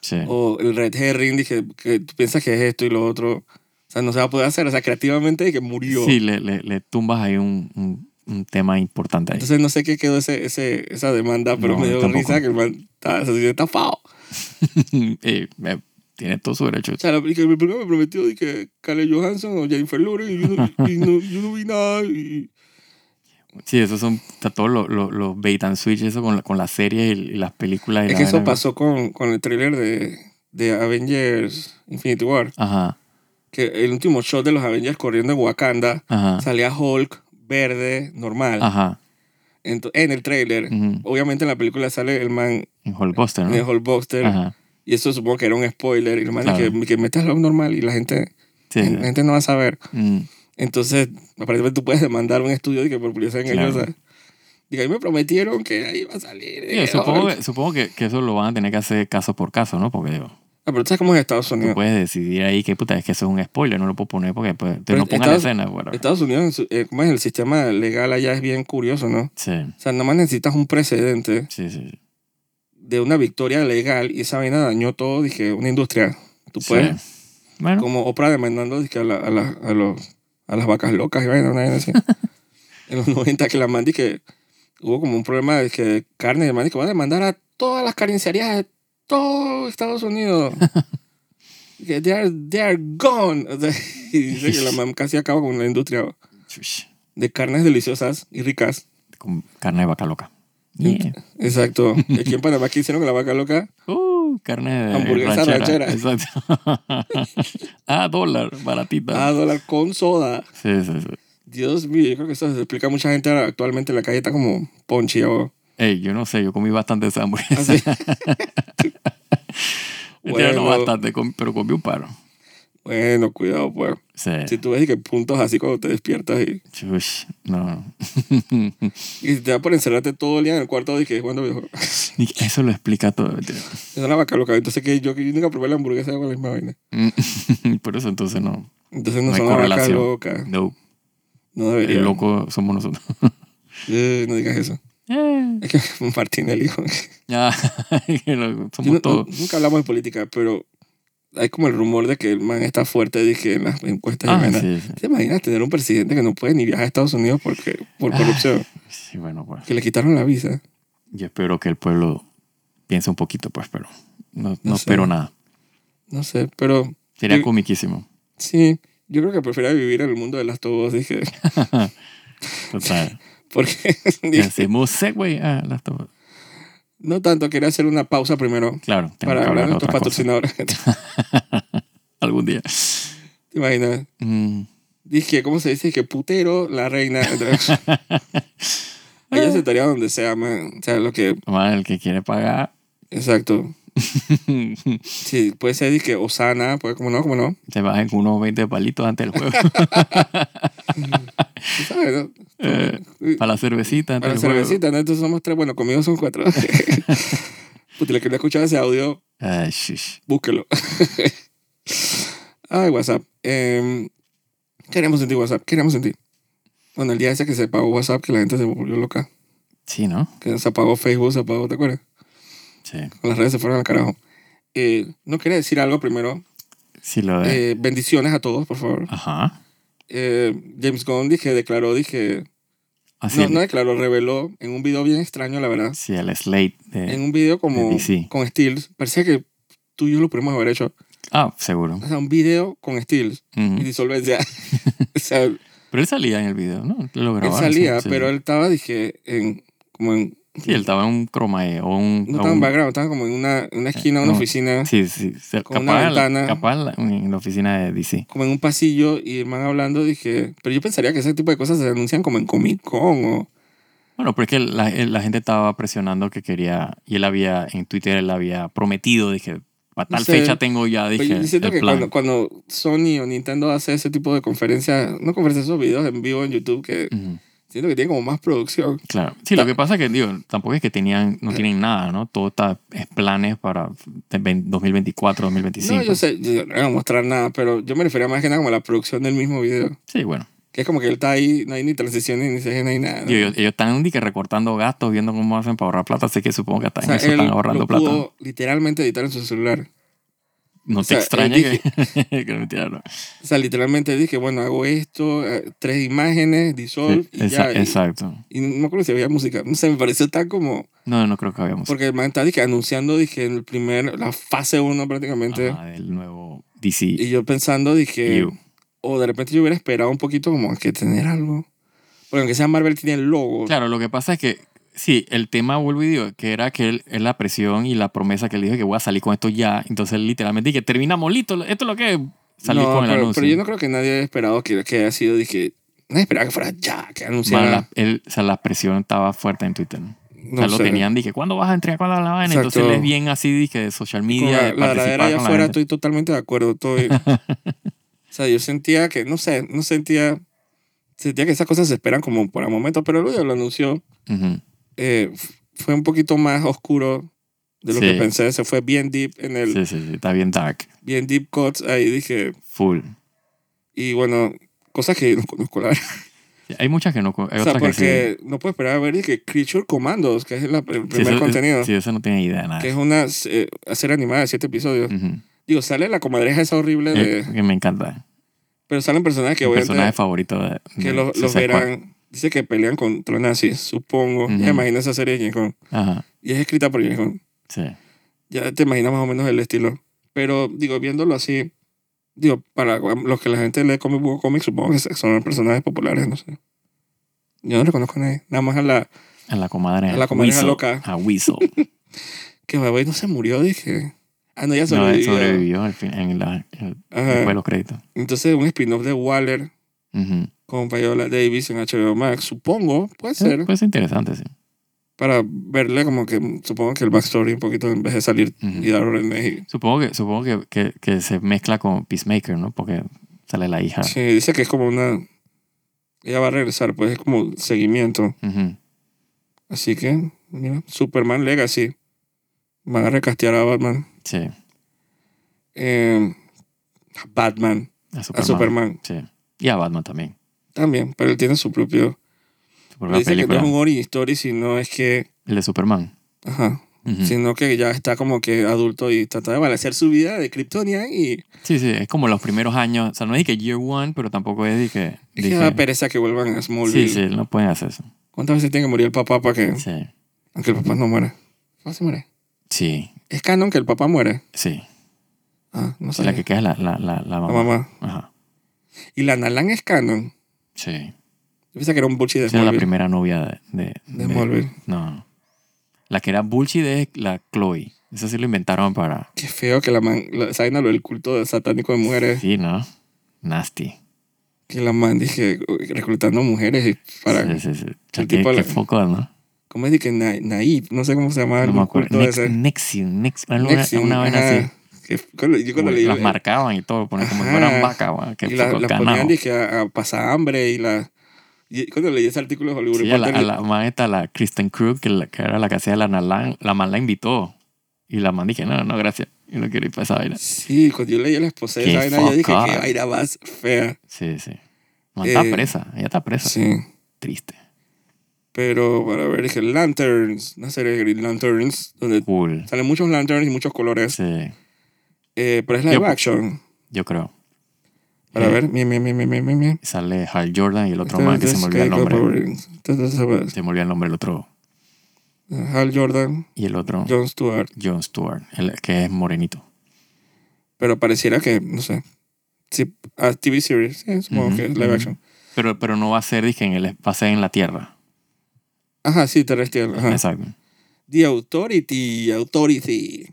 [SPEAKER 2] Sí.
[SPEAKER 1] O el red herring, dije, que tú piensas que es esto y lo otro. O sea, no se va a poder hacer. O sea, creativamente, dije, murió.
[SPEAKER 2] Sí, le, le, le tumbas ahí un, un, un tema importante ahí.
[SPEAKER 1] Entonces no sé qué quedó ese, ese, esa demanda, pero
[SPEAKER 2] No,
[SPEAKER 1] me dio
[SPEAKER 2] tampoco.
[SPEAKER 1] risa que el man estaba se sintió estafado.
[SPEAKER 2] Eh, eh, tiene todo su derecho.
[SPEAKER 1] O sea, la película me prometió de que Carly Johansson o Jennifer Lawrence y yo no, y no- yo no vi nada. Y,
[SPEAKER 2] Sí, esos son está todo lo- lo- los bait and switch, eso con, la- con las series y, y las películas. y
[SPEAKER 1] es
[SPEAKER 2] la
[SPEAKER 1] que eso
[SPEAKER 2] vaina.
[SPEAKER 1] pasó con, con el tráiler de, de Avengers Infinity War,
[SPEAKER 2] Ajá,
[SPEAKER 1] que el último shot de los Avengers corriendo en Wakanda
[SPEAKER 2] ajá,
[SPEAKER 1] salía Hulk verde normal
[SPEAKER 2] ajá.
[SPEAKER 1] Ento- en el tráiler.
[SPEAKER 2] Ah. ujú.
[SPEAKER 1] Obviamente en la película sale el man
[SPEAKER 2] En Hulkbuster,
[SPEAKER 1] en el
[SPEAKER 2] ¿no?
[SPEAKER 1] Hulkbuster
[SPEAKER 2] Ajá.
[SPEAKER 1] y eso supongo que era un spoiler y el man
[SPEAKER 2] Claro.
[SPEAKER 1] que, que metas lo normal y la gente,
[SPEAKER 2] Sí, sí.
[SPEAKER 1] la gente no va a saber.
[SPEAKER 2] Mm.
[SPEAKER 1] Entonces, aparentemente tú puedes demandar un estudio de que por publicidad
[SPEAKER 2] Claro.
[SPEAKER 1] engañosa. Digo, ahí me prometieron que ahí va a salir.
[SPEAKER 2] Sí,
[SPEAKER 1] eh,
[SPEAKER 2] supongo,
[SPEAKER 1] ahora-
[SPEAKER 2] que, supongo que, que eso lo van a tener que hacer caso por caso, ¿no? Porque digo,
[SPEAKER 1] Ah, pero tú sabes cómo es Estados
[SPEAKER 2] tú
[SPEAKER 1] Unidos.
[SPEAKER 2] puedes decidir ahí que puta, es que eso es un spoiler, no lo puedo poner porque pues, te
[SPEAKER 1] Pero
[SPEAKER 2] no pongan la
[SPEAKER 1] Estados-
[SPEAKER 2] escena. Bueno.
[SPEAKER 1] Estados Unidos, eh, ¿cómo es? El sistema legal allá es bien curioso, ¿no?
[SPEAKER 2] Sí,
[SPEAKER 1] O sea, nada más necesitas un precedente
[SPEAKER 2] sí, sí. sí.
[SPEAKER 1] de una victoria legal y esa vaina dañó todo, dije, una industria. Tú puedes
[SPEAKER 2] Sí. Bueno,
[SPEAKER 1] como Oprah demandando dizque, a, la- a, la- a los, a las vacas locas y vaina, una vaina así. en los 90 que la mandí que hubo como un problema de que carne de mandí que va a demandar a todas las carnicerías de todo Estados Unidos. que they are, they are gone. O sea, y dice que la mam casi acaba con la industria
[SPEAKER 2] chush,
[SPEAKER 1] de carnes deliciosas y ricas.
[SPEAKER 2] con carne de vaca loca.
[SPEAKER 1] Sí.
[SPEAKER 2] Yeah.
[SPEAKER 1] Exacto. Y Aquí en Panamá que hicieron que la vaca loca
[SPEAKER 2] Uh, carne de
[SPEAKER 1] Hamburguesa ranchera.
[SPEAKER 2] Exacto. a dólar, baratita.
[SPEAKER 1] a dólar con soda.
[SPEAKER 2] Sí, sí, sí.
[SPEAKER 1] Dios mío, yo creo que eso se explica a mucha gente actualmente en la calle, está como ponchi o
[SPEAKER 2] Ey, yo no sé, yo comí bastante esa hamburguesa.
[SPEAKER 1] así.
[SPEAKER 2] Mentira, no
[SPEAKER 1] Bueno.
[SPEAKER 2] bastante, com- pero comí un paro.
[SPEAKER 1] bueno, cuidado, pues.
[SPEAKER 2] Sí.
[SPEAKER 1] Si tú ves que puntos así cuando te despiertas y,
[SPEAKER 2] Chush, no.
[SPEAKER 1] y te da por encerrarte todo el día en el cuarto, dije, bueno, viejo,
[SPEAKER 2] Ni- Eso lo explica todo. mentira.
[SPEAKER 1] es una vaca loca. Entonces, que yo, que yo nunca probé la hamburguesa con la misma vaina.
[SPEAKER 2] Mm, Por eso entonces no.
[SPEAKER 1] Entonces, no,
[SPEAKER 2] No hay
[SPEAKER 1] son una vaca
[SPEAKER 2] correlación.
[SPEAKER 1] loca.
[SPEAKER 2] No,
[SPEAKER 1] No
[SPEAKER 2] el
[SPEAKER 1] debería.
[SPEAKER 2] loco somos nosotros.
[SPEAKER 1] Eh, no digas eso.
[SPEAKER 2] Eh.
[SPEAKER 1] Es que Martín, el hijo.
[SPEAKER 2] Ah, que lo-
[SPEAKER 1] Yo
[SPEAKER 2] somos
[SPEAKER 1] no-
[SPEAKER 2] todos.
[SPEAKER 1] nunca hablamos de política, pero hay como el rumor de que el man está fuerte, dije, en las encuestas. y
[SPEAKER 2] Ah,
[SPEAKER 1] vaina.
[SPEAKER 2] sí, sí.
[SPEAKER 1] ¿Te imaginas tener un presidente que no puede ni viajar a Estados Unidos porque, por
[SPEAKER 2] Ah.
[SPEAKER 1] corrupción?
[SPEAKER 2] Sí, bueno, pues.
[SPEAKER 1] Que le quitaron la visa.
[SPEAKER 2] Yo espero que el pueblo piense un poquito, pues, pero no, no,
[SPEAKER 1] No sé.
[SPEAKER 2] espero nada.
[SPEAKER 1] No sé, pero
[SPEAKER 2] Sería
[SPEAKER 1] Yo-
[SPEAKER 2] comiquísimo.
[SPEAKER 1] sí, yo creo que prefiero vivir en el mundo de las tobos, dije.
[SPEAKER 2] Total.
[SPEAKER 1] Porque
[SPEAKER 2] Y
[SPEAKER 1] dije,
[SPEAKER 2] hacemos segue a las ah, to-
[SPEAKER 1] no tanto, quería hacer una pausa primero
[SPEAKER 2] Claro, tengo
[SPEAKER 1] para
[SPEAKER 2] que
[SPEAKER 1] hablar
[SPEAKER 2] hablar
[SPEAKER 1] de
[SPEAKER 2] de
[SPEAKER 1] nuestros
[SPEAKER 2] otra cosa.
[SPEAKER 1] patrocinadores.
[SPEAKER 2] Algún día.
[SPEAKER 1] ¿Te imaginas?
[SPEAKER 2] Mm.
[SPEAKER 1] Dije, ¿cómo se dice? Que putero, la reina. Entonces, Ella se estaría donde sea, man. O sea, lo que.
[SPEAKER 2] Más el que quiere pagar.
[SPEAKER 1] Exacto. Sí, puede ser, dije, Osana, pues, como no, como no.
[SPEAKER 2] Se bajan con unos 20 palitos antes del juego.
[SPEAKER 1] Tú sabes, ¿no?
[SPEAKER 2] Eh, para la cervecita antes
[SPEAKER 1] Para la
[SPEAKER 2] del juego.
[SPEAKER 1] cervecita, ¿no? Entonces somos tres, bueno, conmigo son cuatro. Puta, le quería escuchar ese audio,
[SPEAKER 2] Ay, shush.
[SPEAKER 1] búsquelo. Ay, WhatsApp. Em, queremos sentir WhatsApp, queremos sentir. Bueno, el día ese que se apagó WhatsApp, que la gente se volvió loca.
[SPEAKER 2] Sí, ¿no?
[SPEAKER 1] Que se apagó Facebook, se apagó, ¿te acuerdas?
[SPEAKER 2] Sí.
[SPEAKER 1] Las redes se fueron al carajo. Eh, no quería decir algo primero.
[SPEAKER 2] Sí lo de.
[SPEAKER 1] Eh, bendiciones a todos, por favor.
[SPEAKER 2] Ajá.
[SPEAKER 1] Eh, James Gunn, dije, declaró, dije...
[SPEAKER 2] Así
[SPEAKER 1] No,
[SPEAKER 2] el,
[SPEAKER 1] no declaró, reveló en un video bien extraño, la verdad.
[SPEAKER 2] sí, el slate. de-
[SPEAKER 1] en un video como
[SPEAKER 2] de DC.
[SPEAKER 1] con Steels. Parecía que tú y yo lo pudimos haber hecho.
[SPEAKER 2] Ah, seguro.
[SPEAKER 1] O sea, un video con Steels y
[SPEAKER 2] Ujú.
[SPEAKER 1] disolvencia. o sea, él
[SPEAKER 2] Pero él salía en el video, ¿no? Lo grabaron,
[SPEAKER 1] salía,
[SPEAKER 2] sí, sí.
[SPEAKER 1] pero él estaba, dije, en, como en...
[SPEAKER 2] Sí, él estaba en un cromae o un.
[SPEAKER 1] No
[SPEAKER 2] o
[SPEAKER 1] estaba en
[SPEAKER 2] un-
[SPEAKER 1] background, estaba como en una, en una esquina, una
[SPEAKER 2] no.
[SPEAKER 1] oficina,
[SPEAKER 2] Sí, sí. se-
[SPEAKER 1] con una
[SPEAKER 2] Capaz,
[SPEAKER 1] ventana.
[SPEAKER 2] capaz la- en la oficina de DC.
[SPEAKER 1] como en un pasillo y el man hablando, dije... Pero yo pensaría que ese tipo de cosas se anuncian como en Comic Con o...
[SPEAKER 2] Bueno, pero es que la, el- la gente estaba presionando que quería. Y él había. En Twitter él había prometido, dije. Para
[SPEAKER 1] No
[SPEAKER 2] tal
[SPEAKER 1] sé,
[SPEAKER 2] fecha tengo ya,
[SPEAKER 1] Pero
[SPEAKER 2] dije.
[SPEAKER 1] pues, yo siento
[SPEAKER 2] el
[SPEAKER 1] que
[SPEAKER 2] plan.
[SPEAKER 1] cuando, cuando Sony o Nintendo hace ese tipo de conferencias, no conferencias, esos videos en vivo en YouTube, que
[SPEAKER 2] Ujú.
[SPEAKER 1] siento que tiene como más producción.
[SPEAKER 2] Claro. Sí, lo que pasa es que, digo, tampoco es que tenían,
[SPEAKER 1] Ah.
[SPEAKER 2] no tienen nada, ¿no? Todo está es planes para de ve- 2024, 2025.
[SPEAKER 1] No, yo sé, yo no voy a mostrar nada, pero yo me refería más que nada como a la producción del mismo video.
[SPEAKER 2] Sí, bueno.
[SPEAKER 1] Que es como que él está ahí, no hay ni transiciones, ni escenas, no hay nada.
[SPEAKER 2] Digo, ellos, ellos están ni que recortando gastos, viendo cómo hacen para ahorrar plata, así que supongo que hasta
[SPEAKER 1] o sea,
[SPEAKER 2] en eso
[SPEAKER 1] él
[SPEAKER 2] están ahorrando
[SPEAKER 1] lo
[SPEAKER 2] plata.
[SPEAKER 1] pudo literalmente editar en su celular.
[SPEAKER 2] no
[SPEAKER 1] o
[SPEAKER 2] te
[SPEAKER 1] sea, él
[SPEAKER 2] extraña
[SPEAKER 1] dije-
[SPEAKER 2] que, que me tiraron.
[SPEAKER 1] O sea, literalmente dije, bueno, hago esto, eh, tres imágenes, dissolve
[SPEAKER 2] Sí,
[SPEAKER 1] y
[SPEAKER 2] exa-
[SPEAKER 1] ya. Y-
[SPEAKER 2] E, exacto.
[SPEAKER 1] Y, no me acuerdo si había música. No sé, me pareció tan como...
[SPEAKER 2] No, no creo que habíamos.
[SPEAKER 1] Porque el man está dije, anunciando, dije, en el primer, la fase 1 prácticamente.
[SPEAKER 2] Ajá, del nuevo DC.
[SPEAKER 1] Y pues, yo pensando, dije...
[SPEAKER 2] You.
[SPEAKER 1] O de repente yo hubiera esperado un poquito como que tener algo. Porque aunque sea Marvel, tiene el logo.
[SPEAKER 2] Claro, lo que pasa es que, sí, el tema, vuelvo y digo, que era que él, es la presión y la promesa que él dijo que voy a salir con esto ya. Entonces, literalmente, dije, terminamos listo, esto es lo que es, salir
[SPEAKER 1] no,
[SPEAKER 2] con el
[SPEAKER 1] pero,
[SPEAKER 2] anuncio.
[SPEAKER 1] pero yo no creo que nadie haya esperado que, que haya sido, dije, nadie esperaba que fuera ya, que
[SPEAKER 2] Más
[SPEAKER 1] anunciara.
[SPEAKER 2] la, él- o sea, la presión estaba fuerte en Twitter. o
[SPEAKER 1] no
[SPEAKER 2] sea, lo
[SPEAKER 1] sé.
[SPEAKER 2] tenían, dije, ¿cuándo vas a entregar? ¿Cuándo la vaina? Entonces
[SPEAKER 1] Exacto.
[SPEAKER 2] él es bien así, dije, de social
[SPEAKER 1] Con
[SPEAKER 2] media,
[SPEAKER 1] la,
[SPEAKER 2] de
[SPEAKER 1] la
[SPEAKER 2] participar
[SPEAKER 1] ladera allá
[SPEAKER 2] con la
[SPEAKER 1] afuera
[SPEAKER 2] gente.
[SPEAKER 1] estoy totalmente de acuerdo. Estoy, o sea, yo sentía que, no sé, no sentía sentía que esas cosas se esperan como por momentos, pero luego lo anunció.
[SPEAKER 2] Ujú.
[SPEAKER 1] eh, f- fue un poquito más oscuro de lo
[SPEAKER 2] Sí.
[SPEAKER 1] que pensé. Se fue bien deep en el,
[SPEAKER 2] Sí, sí, sí, está bien dark.
[SPEAKER 1] bien deep cuts. Ahí dije,
[SPEAKER 2] Full.
[SPEAKER 1] y bueno, cosas que no conozco la verdad.
[SPEAKER 2] Sí, Hay muchas que no. co- Hay
[SPEAKER 1] O sea,
[SPEAKER 2] otras que sí.
[SPEAKER 1] porque no puedo esperar a ver que Creature Commandos, que es la- el
[SPEAKER 2] Sí,
[SPEAKER 1] primer
[SPEAKER 2] eso-
[SPEAKER 1] contenido,
[SPEAKER 2] Sí, eso no tiene idea de nada.
[SPEAKER 1] que es una eh, serie animada de siete episodios.
[SPEAKER 2] Ujú.
[SPEAKER 1] Digo, sale la comadreja esa horrible de...
[SPEAKER 2] Mm. Eh, que me encanta.
[SPEAKER 1] Pero salen personajes que
[SPEAKER 2] Mi personaje
[SPEAKER 1] obviamente
[SPEAKER 2] favorito de.
[SPEAKER 1] que
[SPEAKER 2] de
[SPEAKER 1] los, los
[SPEAKER 2] Suicide Squad.
[SPEAKER 1] verán. Dice que pelean contra nazis, supongo.
[SPEAKER 2] Ujú.
[SPEAKER 1] Ya imagina esa serie de James Gunn.
[SPEAKER 2] Ajá.
[SPEAKER 1] Y es escrita por James Gunn.
[SPEAKER 2] Sí.
[SPEAKER 1] ya te imaginas más o menos el estilo. Pero, digo, viéndolo así, digo, para los que la gente lee comic book comics, supongo que son personajes populares, no sé. Yo no le conozco a nadie. Nada más a la
[SPEAKER 2] A la comadre.
[SPEAKER 1] A la comadre
[SPEAKER 2] Weasel.
[SPEAKER 1] loca.
[SPEAKER 2] A Weasel.
[SPEAKER 1] que Babai no se murió, dije. Ah, no, ya
[SPEAKER 2] no, él
[SPEAKER 1] sobrevivió.
[SPEAKER 2] sobrevivió al fin, en la, el-
[SPEAKER 1] Ajá.
[SPEAKER 2] después de los créditos.
[SPEAKER 1] Entonces, un spin-off de Waller
[SPEAKER 2] Ujú.
[SPEAKER 1] con Viola Davis en HBO Max, supongo, puede ser.
[SPEAKER 2] Puede ser Pues interesante, sí.
[SPEAKER 1] Para verle como que, supongo que el backstory un poquito en vez de salir
[SPEAKER 2] Ujú.
[SPEAKER 1] y dar órdenes. y-
[SPEAKER 2] Supongo que, supongo que, que, que se mezcla con Peacemaker, ¿no? Porque sale la hija.
[SPEAKER 1] Sí, dice que es como una... Ella va a regresar, pues es como seguimiento.
[SPEAKER 2] Ujú.
[SPEAKER 1] Así que, mira, Superman Legacy. Van a recastear a Batman.
[SPEAKER 2] Sí.
[SPEAKER 1] Eh, a Batman.
[SPEAKER 2] A
[SPEAKER 1] A
[SPEAKER 2] Superman.
[SPEAKER 1] Superman.
[SPEAKER 2] Sí. Y a Batman también.
[SPEAKER 1] También, pero él tiene su propio...
[SPEAKER 2] Su propia
[SPEAKER 1] Dice que no
[SPEAKER 2] película.
[SPEAKER 1] es un origin story, sino es que...
[SPEAKER 2] El de Superman.
[SPEAKER 1] Ajá.
[SPEAKER 2] Ujú. sí.
[SPEAKER 1] Sino que ya está como que adulto y trata de balancear su vida de Kryptonia y...
[SPEAKER 2] sí, Es como los primeros años. O sea, no es de que Year One, pero tampoco es de que.
[SPEAKER 1] Es
[SPEAKER 2] de
[SPEAKER 1] que
[SPEAKER 2] que-
[SPEAKER 1] da pereza que vuelvan a Smallville.
[SPEAKER 2] sí, sí, no pueden hacer eso.
[SPEAKER 1] ¿Cuántas veces tiene que morir el papá para que...
[SPEAKER 2] Sí.
[SPEAKER 1] Aunque el papá no muera. ¿Papá se muere?
[SPEAKER 2] Sí.
[SPEAKER 1] Es canon que el papá muere.
[SPEAKER 2] Sí.
[SPEAKER 1] Ah, no sé.
[SPEAKER 2] La que queda es la, la, la, la
[SPEAKER 1] La
[SPEAKER 2] mamá.
[SPEAKER 1] mamá.
[SPEAKER 2] Ajá.
[SPEAKER 1] Y la Nalan es canon.
[SPEAKER 2] Sí.
[SPEAKER 1] Yo pensaba que era un bullshit de
[SPEAKER 2] Esa era la
[SPEAKER 1] Smallville.
[SPEAKER 2] primera novia de. De,
[SPEAKER 1] De Smallville.
[SPEAKER 2] No. La que era Bullshit es la Chloe. Esa sí lo inventaron para.
[SPEAKER 1] Qué feo que la man, la, saben a lo del culto satánico de mujeres,
[SPEAKER 2] Sí, ¿no? Nasty.
[SPEAKER 1] que la man dije reclutando mujeres y para,
[SPEAKER 2] Sí, sí, sí. O sea,
[SPEAKER 1] el
[SPEAKER 2] qué,
[SPEAKER 1] tipo
[SPEAKER 2] qué
[SPEAKER 1] le-
[SPEAKER 2] foco, ¿no?
[SPEAKER 1] ¿cómo es de que Na- Naib? No sé cómo se llamaba
[SPEAKER 2] No
[SPEAKER 1] el
[SPEAKER 2] me
[SPEAKER 1] culto
[SPEAKER 2] acuerdo. Nex-
[SPEAKER 1] ese.
[SPEAKER 2] Nexium. Nex- Una,
[SPEAKER 1] Nexium,
[SPEAKER 2] una vaina
[SPEAKER 1] ajá.
[SPEAKER 2] así.
[SPEAKER 1] Que cuando- yo cuando
[SPEAKER 2] Uy,
[SPEAKER 1] leí
[SPEAKER 2] las
[SPEAKER 1] eh,
[SPEAKER 2] marcaban y todo, ponían como si
[SPEAKER 1] Ajá.
[SPEAKER 2] fueran vacas, weón, que
[SPEAKER 1] y la-
[SPEAKER 2] foco,
[SPEAKER 1] las
[SPEAKER 2] ganado.
[SPEAKER 1] ponían dije a, a pasar hambre y la y cuando leí ese artículo de Hollywood
[SPEAKER 2] Sí, a la,
[SPEAKER 1] Reporter,
[SPEAKER 2] a la man esta, la Kristen Krug, que, la- que era la que hacía la Nalan, la man la invitó. Y la man dije, no, no, gracias. Yo no quiero ir para esa vaina.
[SPEAKER 1] sí, cuando yo leí la esposa de
[SPEAKER 2] Qué
[SPEAKER 1] esa vaina, yo dije
[SPEAKER 2] fuck
[SPEAKER 1] que
[SPEAKER 2] up.
[SPEAKER 1] vaina más fea.
[SPEAKER 2] Sí, sí. Man, está
[SPEAKER 1] Eh,
[SPEAKER 2] presa. Ella está presa.
[SPEAKER 1] Sí.
[SPEAKER 2] Triste.
[SPEAKER 1] Pero para ver dije Lanterns, una serie de Green Lanterns donde
[SPEAKER 2] Cool.
[SPEAKER 1] salen muchos lanterns y muchos colores.
[SPEAKER 2] Sí,
[SPEAKER 1] Eh, pero es live
[SPEAKER 2] Yo-
[SPEAKER 1] action.
[SPEAKER 2] yo creo.
[SPEAKER 1] Para
[SPEAKER 2] Eh,
[SPEAKER 1] ver, bien, bien, bien, bien, bien, bien, bien.
[SPEAKER 2] Sale Hal Jordan y el otro man que se me olvidó el nombre. Se me olvidó el nombre el otro.
[SPEAKER 1] Hal Jordan,
[SPEAKER 2] Y el otro,
[SPEAKER 1] Jon Stewart.
[SPEAKER 2] Jon Stewart, el que es morenito.
[SPEAKER 1] Pero pareciera que, no sé. Sí, a TV series. Sí, supongo
[SPEAKER 2] Ujú,
[SPEAKER 1] que es live
[SPEAKER 2] ujú.
[SPEAKER 1] action.
[SPEAKER 2] Pero, pero no va a ser, dije, en el, va a ser en la Tierra.
[SPEAKER 1] Ajá, sí, terrestrial. Ajá.
[SPEAKER 2] Exacto.
[SPEAKER 1] The Authority, Authority.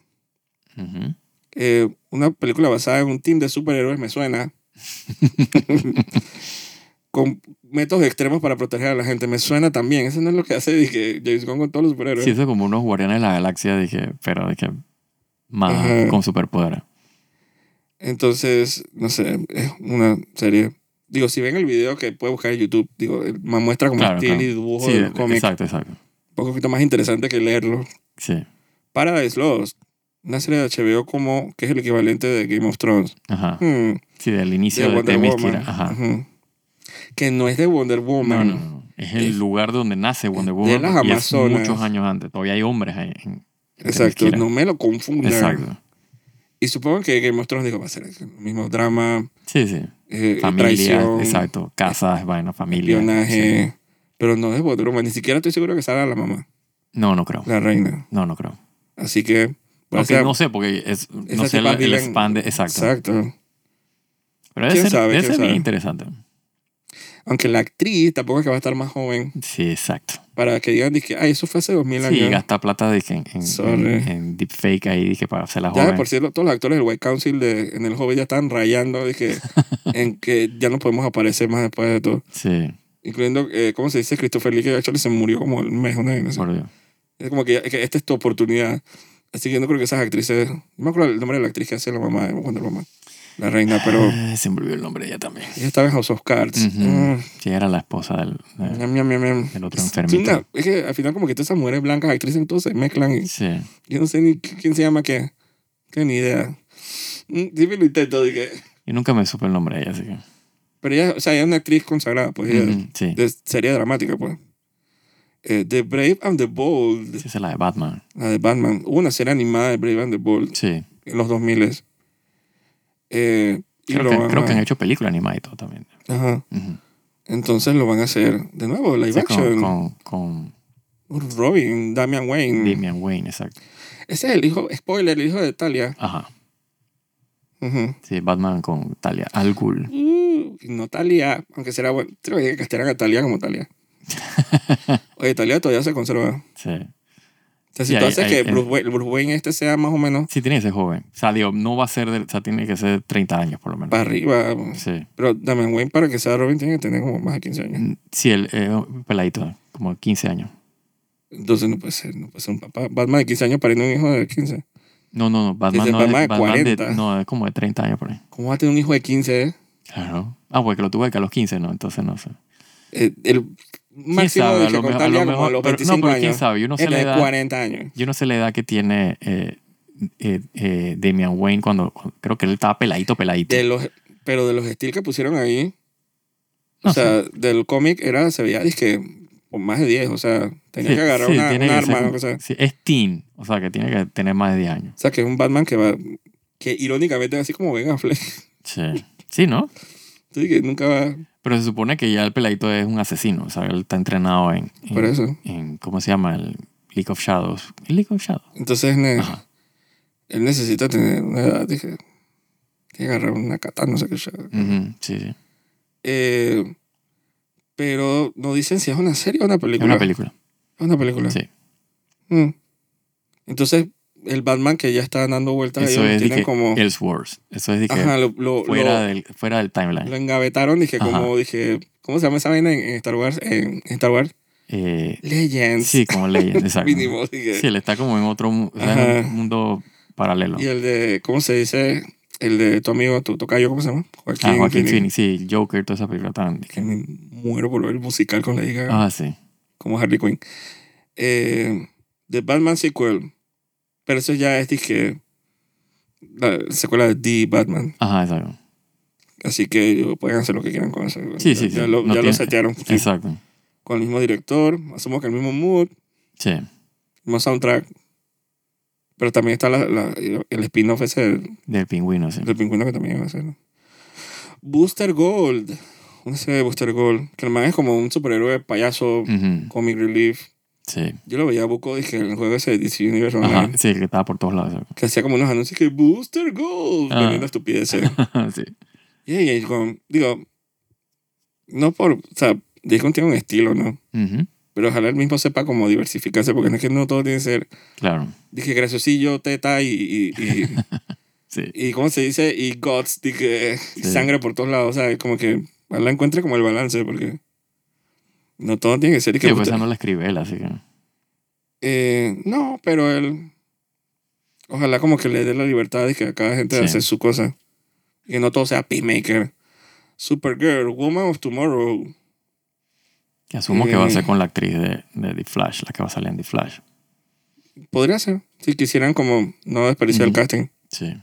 [SPEAKER 2] Ujú.
[SPEAKER 1] Eh, una película basada en un team de superhéroes, me suena. con métodos extremos para proteger a la gente, me suena también. Eso no es lo que hace dije, James Gunn con todos los superhéroes.
[SPEAKER 2] Sí, eso es como unos guardianes de la galaxia, dije, pero dije, más
[SPEAKER 1] Ajá.
[SPEAKER 2] con superpoderes.
[SPEAKER 1] Entonces, no sé, es una serie. Digo, si ven el video que puede buscar en YouTube, digo, eh, más muestra como
[SPEAKER 2] Claro,
[SPEAKER 1] estilo
[SPEAKER 2] claro.
[SPEAKER 1] y dibujo
[SPEAKER 2] Sí, e-,
[SPEAKER 1] de los cómics.
[SPEAKER 2] exacto, exacto.
[SPEAKER 1] Un poquito más interesante que leerlo.
[SPEAKER 2] Sí,
[SPEAKER 1] Paradise Lost, una serie de HBO como que es el equivalente de Game of Thrones.
[SPEAKER 2] ajá.
[SPEAKER 1] Hmm,
[SPEAKER 2] Sí, del
[SPEAKER 1] de
[SPEAKER 2] inicio de, de
[SPEAKER 1] Wonder
[SPEAKER 2] Mystique.
[SPEAKER 1] Woman.
[SPEAKER 2] Ajá.
[SPEAKER 1] Ujú. Que no es de Wonder
[SPEAKER 2] No,
[SPEAKER 1] Woman.
[SPEAKER 2] no, no. Es el
[SPEAKER 1] Es-
[SPEAKER 2] lugar donde nace Wonder Woman.
[SPEAKER 1] las
[SPEAKER 2] y es
[SPEAKER 1] Amazonas.
[SPEAKER 2] muchos años antes. Todavía hay hombres ahí. en- en
[SPEAKER 1] Exacto,
[SPEAKER 2] Themyscira.
[SPEAKER 1] no me lo confundan.
[SPEAKER 2] Exacto.
[SPEAKER 1] Y supongo que Game of Thrones, digo, va a ser el mismo drama,
[SPEAKER 2] Sí, sí.
[SPEAKER 1] eh,
[SPEAKER 2] Familia,
[SPEAKER 1] traición,
[SPEAKER 2] exacto. Casas, vaina, familia.
[SPEAKER 1] espionaje. Pero no es de Wonder Woman, ni siquiera estoy seguro que salga la mamá.
[SPEAKER 2] sí. No, no creo.
[SPEAKER 1] La reina.
[SPEAKER 2] No, no creo.
[SPEAKER 1] Así que. bueno,
[SPEAKER 2] Aunque
[SPEAKER 1] o sea,
[SPEAKER 2] no sé, porque es, no
[SPEAKER 1] esas
[SPEAKER 2] sé el,
[SPEAKER 1] tipas
[SPEAKER 2] el
[SPEAKER 1] viven-
[SPEAKER 2] expande. Exacto.
[SPEAKER 1] Exacto.
[SPEAKER 2] Pero debe
[SPEAKER 1] ¿Quién
[SPEAKER 2] ser,
[SPEAKER 1] sabe?
[SPEAKER 2] debe
[SPEAKER 1] ¿Quién
[SPEAKER 2] ser bien
[SPEAKER 1] sabe?
[SPEAKER 2] interesante.
[SPEAKER 1] Aunque la actriz tampoco es que va a estar más joven
[SPEAKER 2] Sí, exacto.
[SPEAKER 1] para que digan, dije, ay, eso fue hace 2000
[SPEAKER 2] Sí,
[SPEAKER 1] años.
[SPEAKER 2] gasta plata dije, en, en,
[SPEAKER 1] Sorry.
[SPEAKER 2] en- en deepfake ahí, dije, para hacer la
[SPEAKER 1] Ya de
[SPEAKER 2] joven.
[SPEAKER 1] por cierto, todos los actores del White Council de, en el Hobbit ya están rayando, dije, en que ya no podemos aparecer más después de todo.
[SPEAKER 2] Sí,
[SPEAKER 1] Incluyendo, eh, ¿cómo se dice? Christopher Lee, que actually se murió como el mes, una vez, no sé.
[SPEAKER 2] por Dios.
[SPEAKER 1] Es como que, ya- que esta es tu oportunidad. Así que yo no creo que esas actrices. No me acuerdo el nombre de la actriz que hace la mamá de Wonder Woman. la reina, pero
[SPEAKER 2] Ah, se me olvidó el nombre de ella también.
[SPEAKER 1] ella estaba en House of Cards.
[SPEAKER 2] Ujú. Eh.
[SPEAKER 1] Mm.
[SPEAKER 2] Sí, era la esposa del, de-
[SPEAKER 1] Ñam, ñam, ñam, ñam.
[SPEAKER 2] del otro
[SPEAKER 1] Sí,
[SPEAKER 2] enfermito.
[SPEAKER 1] no, es que al final como que todas esas mujeres blancas actrices entonces se mezclan y
[SPEAKER 2] Sí.
[SPEAKER 1] yo no sé ni qu- quién se llama qué. Que ni idea. Mm, Siempre lo intento, dije.
[SPEAKER 2] Yo nunca me supe el nombre de ella, así que.
[SPEAKER 1] Pero ella, o sea, ella es una actriz consagrada, pues ella
[SPEAKER 2] Ujú, Sí.
[SPEAKER 1] de serie dramática, pues. Eh, the Brave and the Bold,
[SPEAKER 2] Sí, esa es la de Batman.
[SPEAKER 1] la de Batman. Hubo una serie animada de Brave and the Bold
[SPEAKER 2] Sí.
[SPEAKER 1] en los 2000. Eh, y
[SPEAKER 2] Creo
[SPEAKER 1] lo
[SPEAKER 2] que,
[SPEAKER 1] van
[SPEAKER 2] creo que
[SPEAKER 1] a-
[SPEAKER 2] han hecho película animada y todo también.
[SPEAKER 1] Ajá.
[SPEAKER 2] Ujú.
[SPEAKER 1] Entonces lo van a hacer de nuevo, live
[SPEAKER 2] Sí,
[SPEAKER 1] action.
[SPEAKER 2] con, con,
[SPEAKER 1] Robin, Damian
[SPEAKER 2] con
[SPEAKER 1] Wayne.
[SPEAKER 2] Damian Wayne, exacto.
[SPEAKER 1] Ese es el hijo, spoiler, el hijo de Talia.
[SPEAKER 2] Ajá.
[SPEAKER 1] Ujú.
[SPEAKER 2] Sí, Batman con Talia Al Ghul.
[SPEAKER 1] Uh, no Talia, aunque será bueno. Creo que castellaran a Talia como Talia. Oye, Talia todavía se conserva.
[SPEAKER 2] Sí.
[SPEAKER 1] O sea, si
[SPEAKER 2] Sí,
[SPEAKER 1] tú
[SPEAKER 2] ahí-
[SPEAKER 1] haces
[SPEAKER 2] ahí-
[SPEAKER 1] que
[SPEAKER 2] ahí-
[SPEAKER 1] Bruce Wayne, el Bruce Wayne este sea más o menos
[SPEAKER 2] Sí, tiene que ser joven. O sea, digo, no va a ser, de- o sea, tiene que ser 30 años por lo menos.
[SPEAKER 1] para arriba.
[SPEAKER 2] Sí.
[SPEAKER 1] Pero Damian Wayne para que sea Robin tiene que tener como más de 15 años.
[SPEAKER 2] Mm, Sí, el eh, un peladito, como 15 años.
[SPEAKER 1] Entonces no puede ser, no puede ser un papá. Batman de 15 años pariendo un hijo de 15.
[SPEAKER 2] No, no, no. Batman,
[SPEAKER 1] Dice,
[SPEAKER 2] no, es-
[SPEAKER 1] Batman de
[SPEAKER 2] Batman de-
[SPEAKER 1] 40.
[SPEAKER 2] no, es como de 30 años por ahí.
[SPEAKER 1] ¿Cómo va a tener un hijo de 15? eh?
[SPEAKER 2] Claro. Ah, porque lo tuve que a los 15, ¿no? Entonces no sé.
[SPEAKER 1] Eh, el
[SPEAKER 2] ¿Quién
[SPEAKER 1] máximo
[SPEAKER 2] sabe?
[SPEAKER 1] de
[SPEAKER 2] A
[SPEAKER 1] que
[SPEAKER 2] lo
[SPEAKER 1] con
[SPEAKER 2] mejor- a lo
[SPEAKER 1] Talia como a
[SPEAKER 2] mejor-
[SPEAKER 1] los
[SPEAKER 2] pero-
[SPEAKER 1] 25
[SPEAKER 2] No, pero quién
[SPEAKER 1] años.
[SPEAKER 2] sabe. Yo no sé
[SPEAKER 1] Él
[SPEAKER 2] la
[SPEAKER 1] tiene
[SPEAKER 2] edad.
[SPEAKER 1] 40 años.
[SPEAKER 2] Yo no sé la edad que tiene eh, eh, eh, Damian Wayne cuando, cuando- creo que él estaba peladito, peladito.
[SPEAKER 1] De los, pero de los estilos que pusieron ahí, o
[SPEAKER 2] No
[SPEAKER 1] sea, del cómic era, se veía, que más de 10, o sea, tenía
[SPEAKER 2] Sí,
[SPEAKER 1] que agarrar
[SPEAKER 2] sí,
[SPEAKER 1] una,
[SPEAKER 2] tiene
[SPEAKER 1] un
[SPEAKER 2] que ser
[SPEAKER 1] arma,
[SPEAKER 2] un-
[SPEAKER 1] o sea,
[SPEAKER 2] sí, es teen, o sea que tiene que tener más de 10 años.
[SPEAKER 1] o sea, que es un Batman que va, que irónicamente así como Ben Affleck,
[SPEAKER 2] Sí. Sí, ¿no?
[SPEAKER 1] sí, que nunca va
[SPEAKER 2] Pero se supone que ya el peladito es un asesino, o sea, él está entrenado en, en-
[SPEAKER 1] por eso.
[SPEAKER 2] en- ¿cómo se llama? El League of Shadows. ¿El League of Shadows?
[SPEAKER 1] Entonces, ne-
[SPEAKER 2] Ajá.
[SPEAKER 1] él necesita tener una edad, dije, tiene que agarrar una katana, no sé qué. sea.
[SPEAKER 2] Ujú, sí, sí.
[SPEAKER 1] Eh, pero no dicen si es una serie o una
[SPEAKER 2] Es
[SPEAKER 1] película.
[SPEAKER 2] una película.
[SPEAKER 1] Es una película.
[SPEAKER 2] Sí.
[SPEAKER 1] Mm. Entonces, el Batman que ya está dando vueltas,
[SPEAKER 2] Eso
[SPEAKER 1] ellos lo
[SPEAKER 2] es de
[SPEAKER 1] tienen
[SPEAKER 2] que
[SPEAKER 1] como...
[SPEAKER 2] Elseworlds. Eso es de que
[SPEAKER 1] Ajá, lo, lo-
[SPEAKER 2] fuera,
[SPEAKER 1] lo-
[SPEAKER 2] del, fuera del timeline.
[SPEAKER 1] Lo engavetaron, dije,
[SPEAKER 2] Ajá.
[SPEAKER 1] como dije, ¿cómo se llama esa vaina en, en Star Wars? En, en Star Wars,
[SPEAKER 2] Eh,
[SPEAKER 1] Legends.
[SPEAKER 2] sí, como Legend, exacto.
[SPEAKER 1] Pues, mínimo, dije.
[SPEAKER 2] Sí, él está como en otro mu- o sea, en
[SPEAKER 1] Ajá.
[SPEAKER 2] un mundo paralelo.
[SPEAKER 1] Y el de, ¿cómo se dice? El de tu amigo, tu tocayo, ¿cómo se llama? Joaquín.
[SPEAKER 2] Ah, Joaquín
[SPEAKER 1] Phoenix.
[SPEAKER 2] Phoenix, sí, Joker, toda esa película tan...
[SPEAKER 1] Que me muero por ver el musical con la hija,
[SPEAKER 2] Ah, sí.
[SPEAKER 1] como Harley Quinn. Eh, The Batman Sequel. Pero eso ya es, dije, la secuela de The Batman.
[SPEAKER 2] Ajá, exacto.
[SPEAKER 1] Así que ellos pueden hacer lo que quieran con eso.
[SPEAKER 2] Sí,
[SPEAKER 1] ya,
[SPEAKER 2] sí, sí.
[SPEAKER 1] ya Lo,
[SPEAKER 2] No
[SPEAKER 1] ya lo
[SPEAKER 2] tiene-
[SPEAKER 1] setearon sí,
[SPEAKER 2] Exacto.
[SPEAKER 1] con el mismo director, asumo que el mismo mood.
[SPEAKER 2] Sí.
[SPEAKER 1] no soundtrack. Pero también está la, la- el spin-off ese del,
[SPEAKER 2] Del pingüino, sí.
[SPEAKER 1] del pingüino que también va a ser. ¿no? Booster Gold. Una serie de Booster Gold. Que el man es como un superhéroe payaso,
[SPEAKER 2] Ujú,
[SPEAKER 1] comic relief.
[SPEAKER 2] Sí.
[SPEAKER 1] Yo lo veía a Buco, dije, en el juego ese de DC Universe
[SPEAKER 2] Ajá,
[SPEAKER 1] Online,
[SPEAKER 2] sí, que estaba por todos lados.
[SPEAKER 1] Que hacía como unos anuncios que Booster Gold.
[SPEAKER 2] Ah.
[SPEAKER 1] Vendiendo estupideces.
[SPEAKER 2] sí.
[SPEAKER 1] y ahí, con- digo, no por. O sea, Discon tiene un estilo, ¿no?
[SPEAKER 2] Ujú,
[SPEAKER 1] Pero ojalá él mismo sepa cómo diversificarse, porque no es que no todo tiene que ser.
[SPEAKER 2] Claro.
[SPEAKER 1] Dije, graciosillo, teta y- y- y
[SPEAKER 2] Sí.
[SPEAKER 1] y cómo se dice y guts de que
[SPEAKER 2] Sí.
[SPEAKER 1] sangre por todos lados o sea como que la encuentre como el balance porque no todo tiene que ser y que
[SPEAKER 2] Sí, pues
[SPEAKER 1] guste.
[SPEAKER 2] esa no la escribe él, así que.
[SPEAKER 1] Eh, no pero él ojalá como que le dé la libertad de que a cada gente
[SPEAKER 2] Sí.
[SPEAKER 1] hace su cosa y que no todo sea peacemaker Supergirl Woman of Tomorrow
[SPEAKER 2] que asumo que va a ser
[SPEAKER 1] Eh.
[SPEAKER 2] con la actriz de, de The Flash, la que va a salir en The Flash.
[SPEAKER 1] podría ser si quisieran como no desperdiciar
[SPEAKER 2] Ujú.
[SPEAKER 1] el casting
[SPEAKER 2] Sí.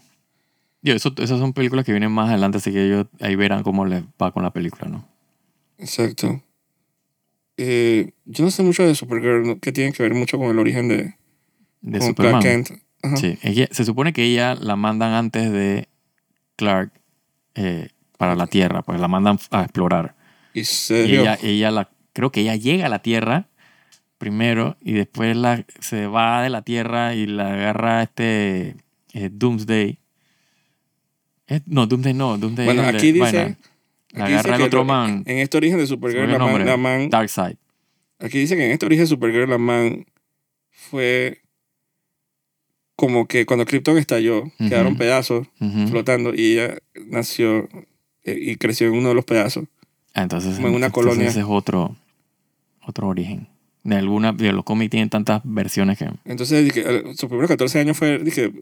[SPEAKER 2] Yo, eso, esas son películas que vienen más adelante, así que ellos ahí verán cómo les va con la película, ¿no?
[SPEAKER 1] exacto Eh, yo no sé mucho de Supergirl ¿no? que tiene que ver mucho con el origen de,
[SPEAKER 2] De
[SPEAKER 1] con
[SPEAKER 2] Superman.
[SPEAKER 1] Clark Kent Ajá.
[SPEAKER 2] Sí. Ella- se supone que ella la mandan antes de Clark eh, para la Tierra, pues la mandan a explorar.
[SPEAKER 1] y
[SPEAKER 2] Y
[SPEAKER 1] serio
[SPEAKER 2] ella, ella la, creo que ella llega a la Tierra primero y después la, se va de la Tierra y la agarra este eh, Doomsday. Eh, no, Doomsday no, Doomsday
[SPEAKER 1] Bueno,
[SPEAKER 2] es el de-
[SPEAKER 1] aquí dice-
[SPEAKER 2] bueno, la
[SPEAKER 1] Aquí dice
[SPEAKER 2] agarra el
[SPEAKER 1] que
[SPEAKER 2] otro
[SPEAKER 1] lo-
[SPEAKER 2] man.
[SPEAKER 1] En este origen de
[SPEAKER 2] Se
[SPEAKER 1] Supergirl,
[SPEAKER 2] me
[SPEAKER 1] la man,
[SPEAKER 2] olvidó el
[SPEAKER 1] la man-
[SPEAKER 2] Darkseid.
[SPEAKER 1] Aquí dice que en este origen de Supergirl, la man fue como que cuando Krypton estalló, quedaron
[SPEAKER 2] Ujú.
[SPEAKER 1] pedazos
[SPEAKER 2] Ujú.
[SPEAKER 1] flotando y ella nació eh, y creció en uno de los pedazos.
[SPEAKER 2] Ah, entonces,
[SPEAKER 1] como en una
[SPEAKER 2] entonces
[SPEAKER 1] colonia.
[SPEAKER 2] ese es otro, otro origen. De alguna, de los cómics tienen tantas versiones que.
[SPEAKER 1] Entonces, dije, eh, sus primeros 14 años fue dije,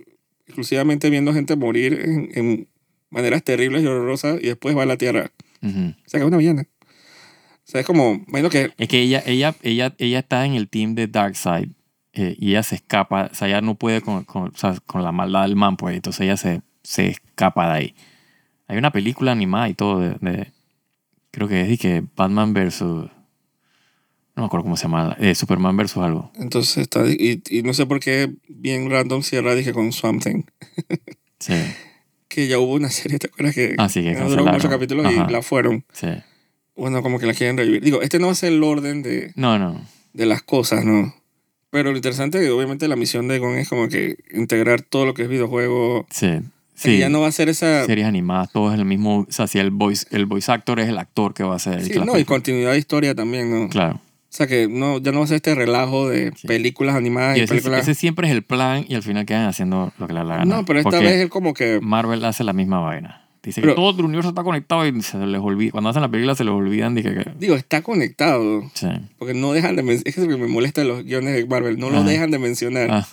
[SPEAKER 1] exclusivamente viendo gente morir en, en maneras terribles y horrorosas y después va a la Tierra.
[SPEAKER 2] Ujú.
[SPEAKER 1] O sea, que es una villana. O sea, es como, bueno, que
[SPEAKER 2] Es que ella, ella, ella, ella está en el team de Darkseid eh, y ella se escapa. O sea, ella no puede con, con, o sea, con la maldad del man, pues. Entonces ella se, se escapa de ahí. Hay una película animada y todo de. de- creo que es de que Batman versus. No me acuerdo cómo se llama. eh, Superman versus algo.
[SPEAKER 1] entonces está, y, y no sé por qué bien random cierra, dije, con Swamp Thing.
[SPEAKER 2] Sí,
[SPEAKER 1] Que ya hubo una serie, ¿te acuerdas? Que
[SPEAKER 2] Ah, sí, que
[SPEAKER 1] no duró como ocho
[SPEAKER 2] cancelaron.
[SPEAKER 1] capítulos
[SPEAKER 2] Ajá.
[SPEAKER 1] y la fueron.
[SPEAKER 2] sí.
[SPEAKER 1] Bueno, como que la quieren revivir. Digo, este no va a ser el orden de,
[SPEAKER 2] No, no.
[SPEAKER 1] de las cosas, ¿no? Pero lo interesante, obviamente, la misión de Gon es como que integrar todo lo que es videojuego.
[SPEAKER 2] Sí.
[SPEAKER 1] Sí.
[SPEAKER 2] Sí.
[SPEAKER 1] ya no va a ser esa...
[SPEAKER 2] Series animadas, todo es el mismo. O sea, si el voice, el voice actor es el actor que va a ser. el
[SPEAKER 1] Sí,
[SPEAKER 2] que la
[SPEAKER 1] no, y
[SPEAKER 2] película-
[SPEAKER 1] continuidad de historia también, ¿no?
[SPEAKER 2] Claro.
[SPEAKER 1] O sea que no, ya no va a ser este relajo de
[SPEAKER 2] Sí.
[SPEAKER 1] películas animadas y,
[SPEAKER 2] Y ese,
[SPEAKER 1] películas...
[SPEAKER 2] ese siempre es el plan y al final quedan haciendo lo que le da la gana.
[SPEAKER 1] no, pero esta
[SPEAKER 2] Porque Mm.
[SPEAKER 1] vez es como que...
[SPEAKER 2] Marvel hace la misma vaina. Dice
[SPEAKER 1] Pero-
[SPEAKER 2] que todo el universo está conectado y se les olvida. Cuando hacen la película se les olvidan. Dije que.
[SPEAKER 1] Digo, está conectado.
[SPEAKER 2] Sí.
[SPEAKER 1] Porque no dejan de... men- Es que es lo que me molesta de los guiones de Marvel. No lo
[SPEAKER 2] Ajá.
[SPEAKER 1] dejan de mencionar.
[SPEAKER 2] Ah,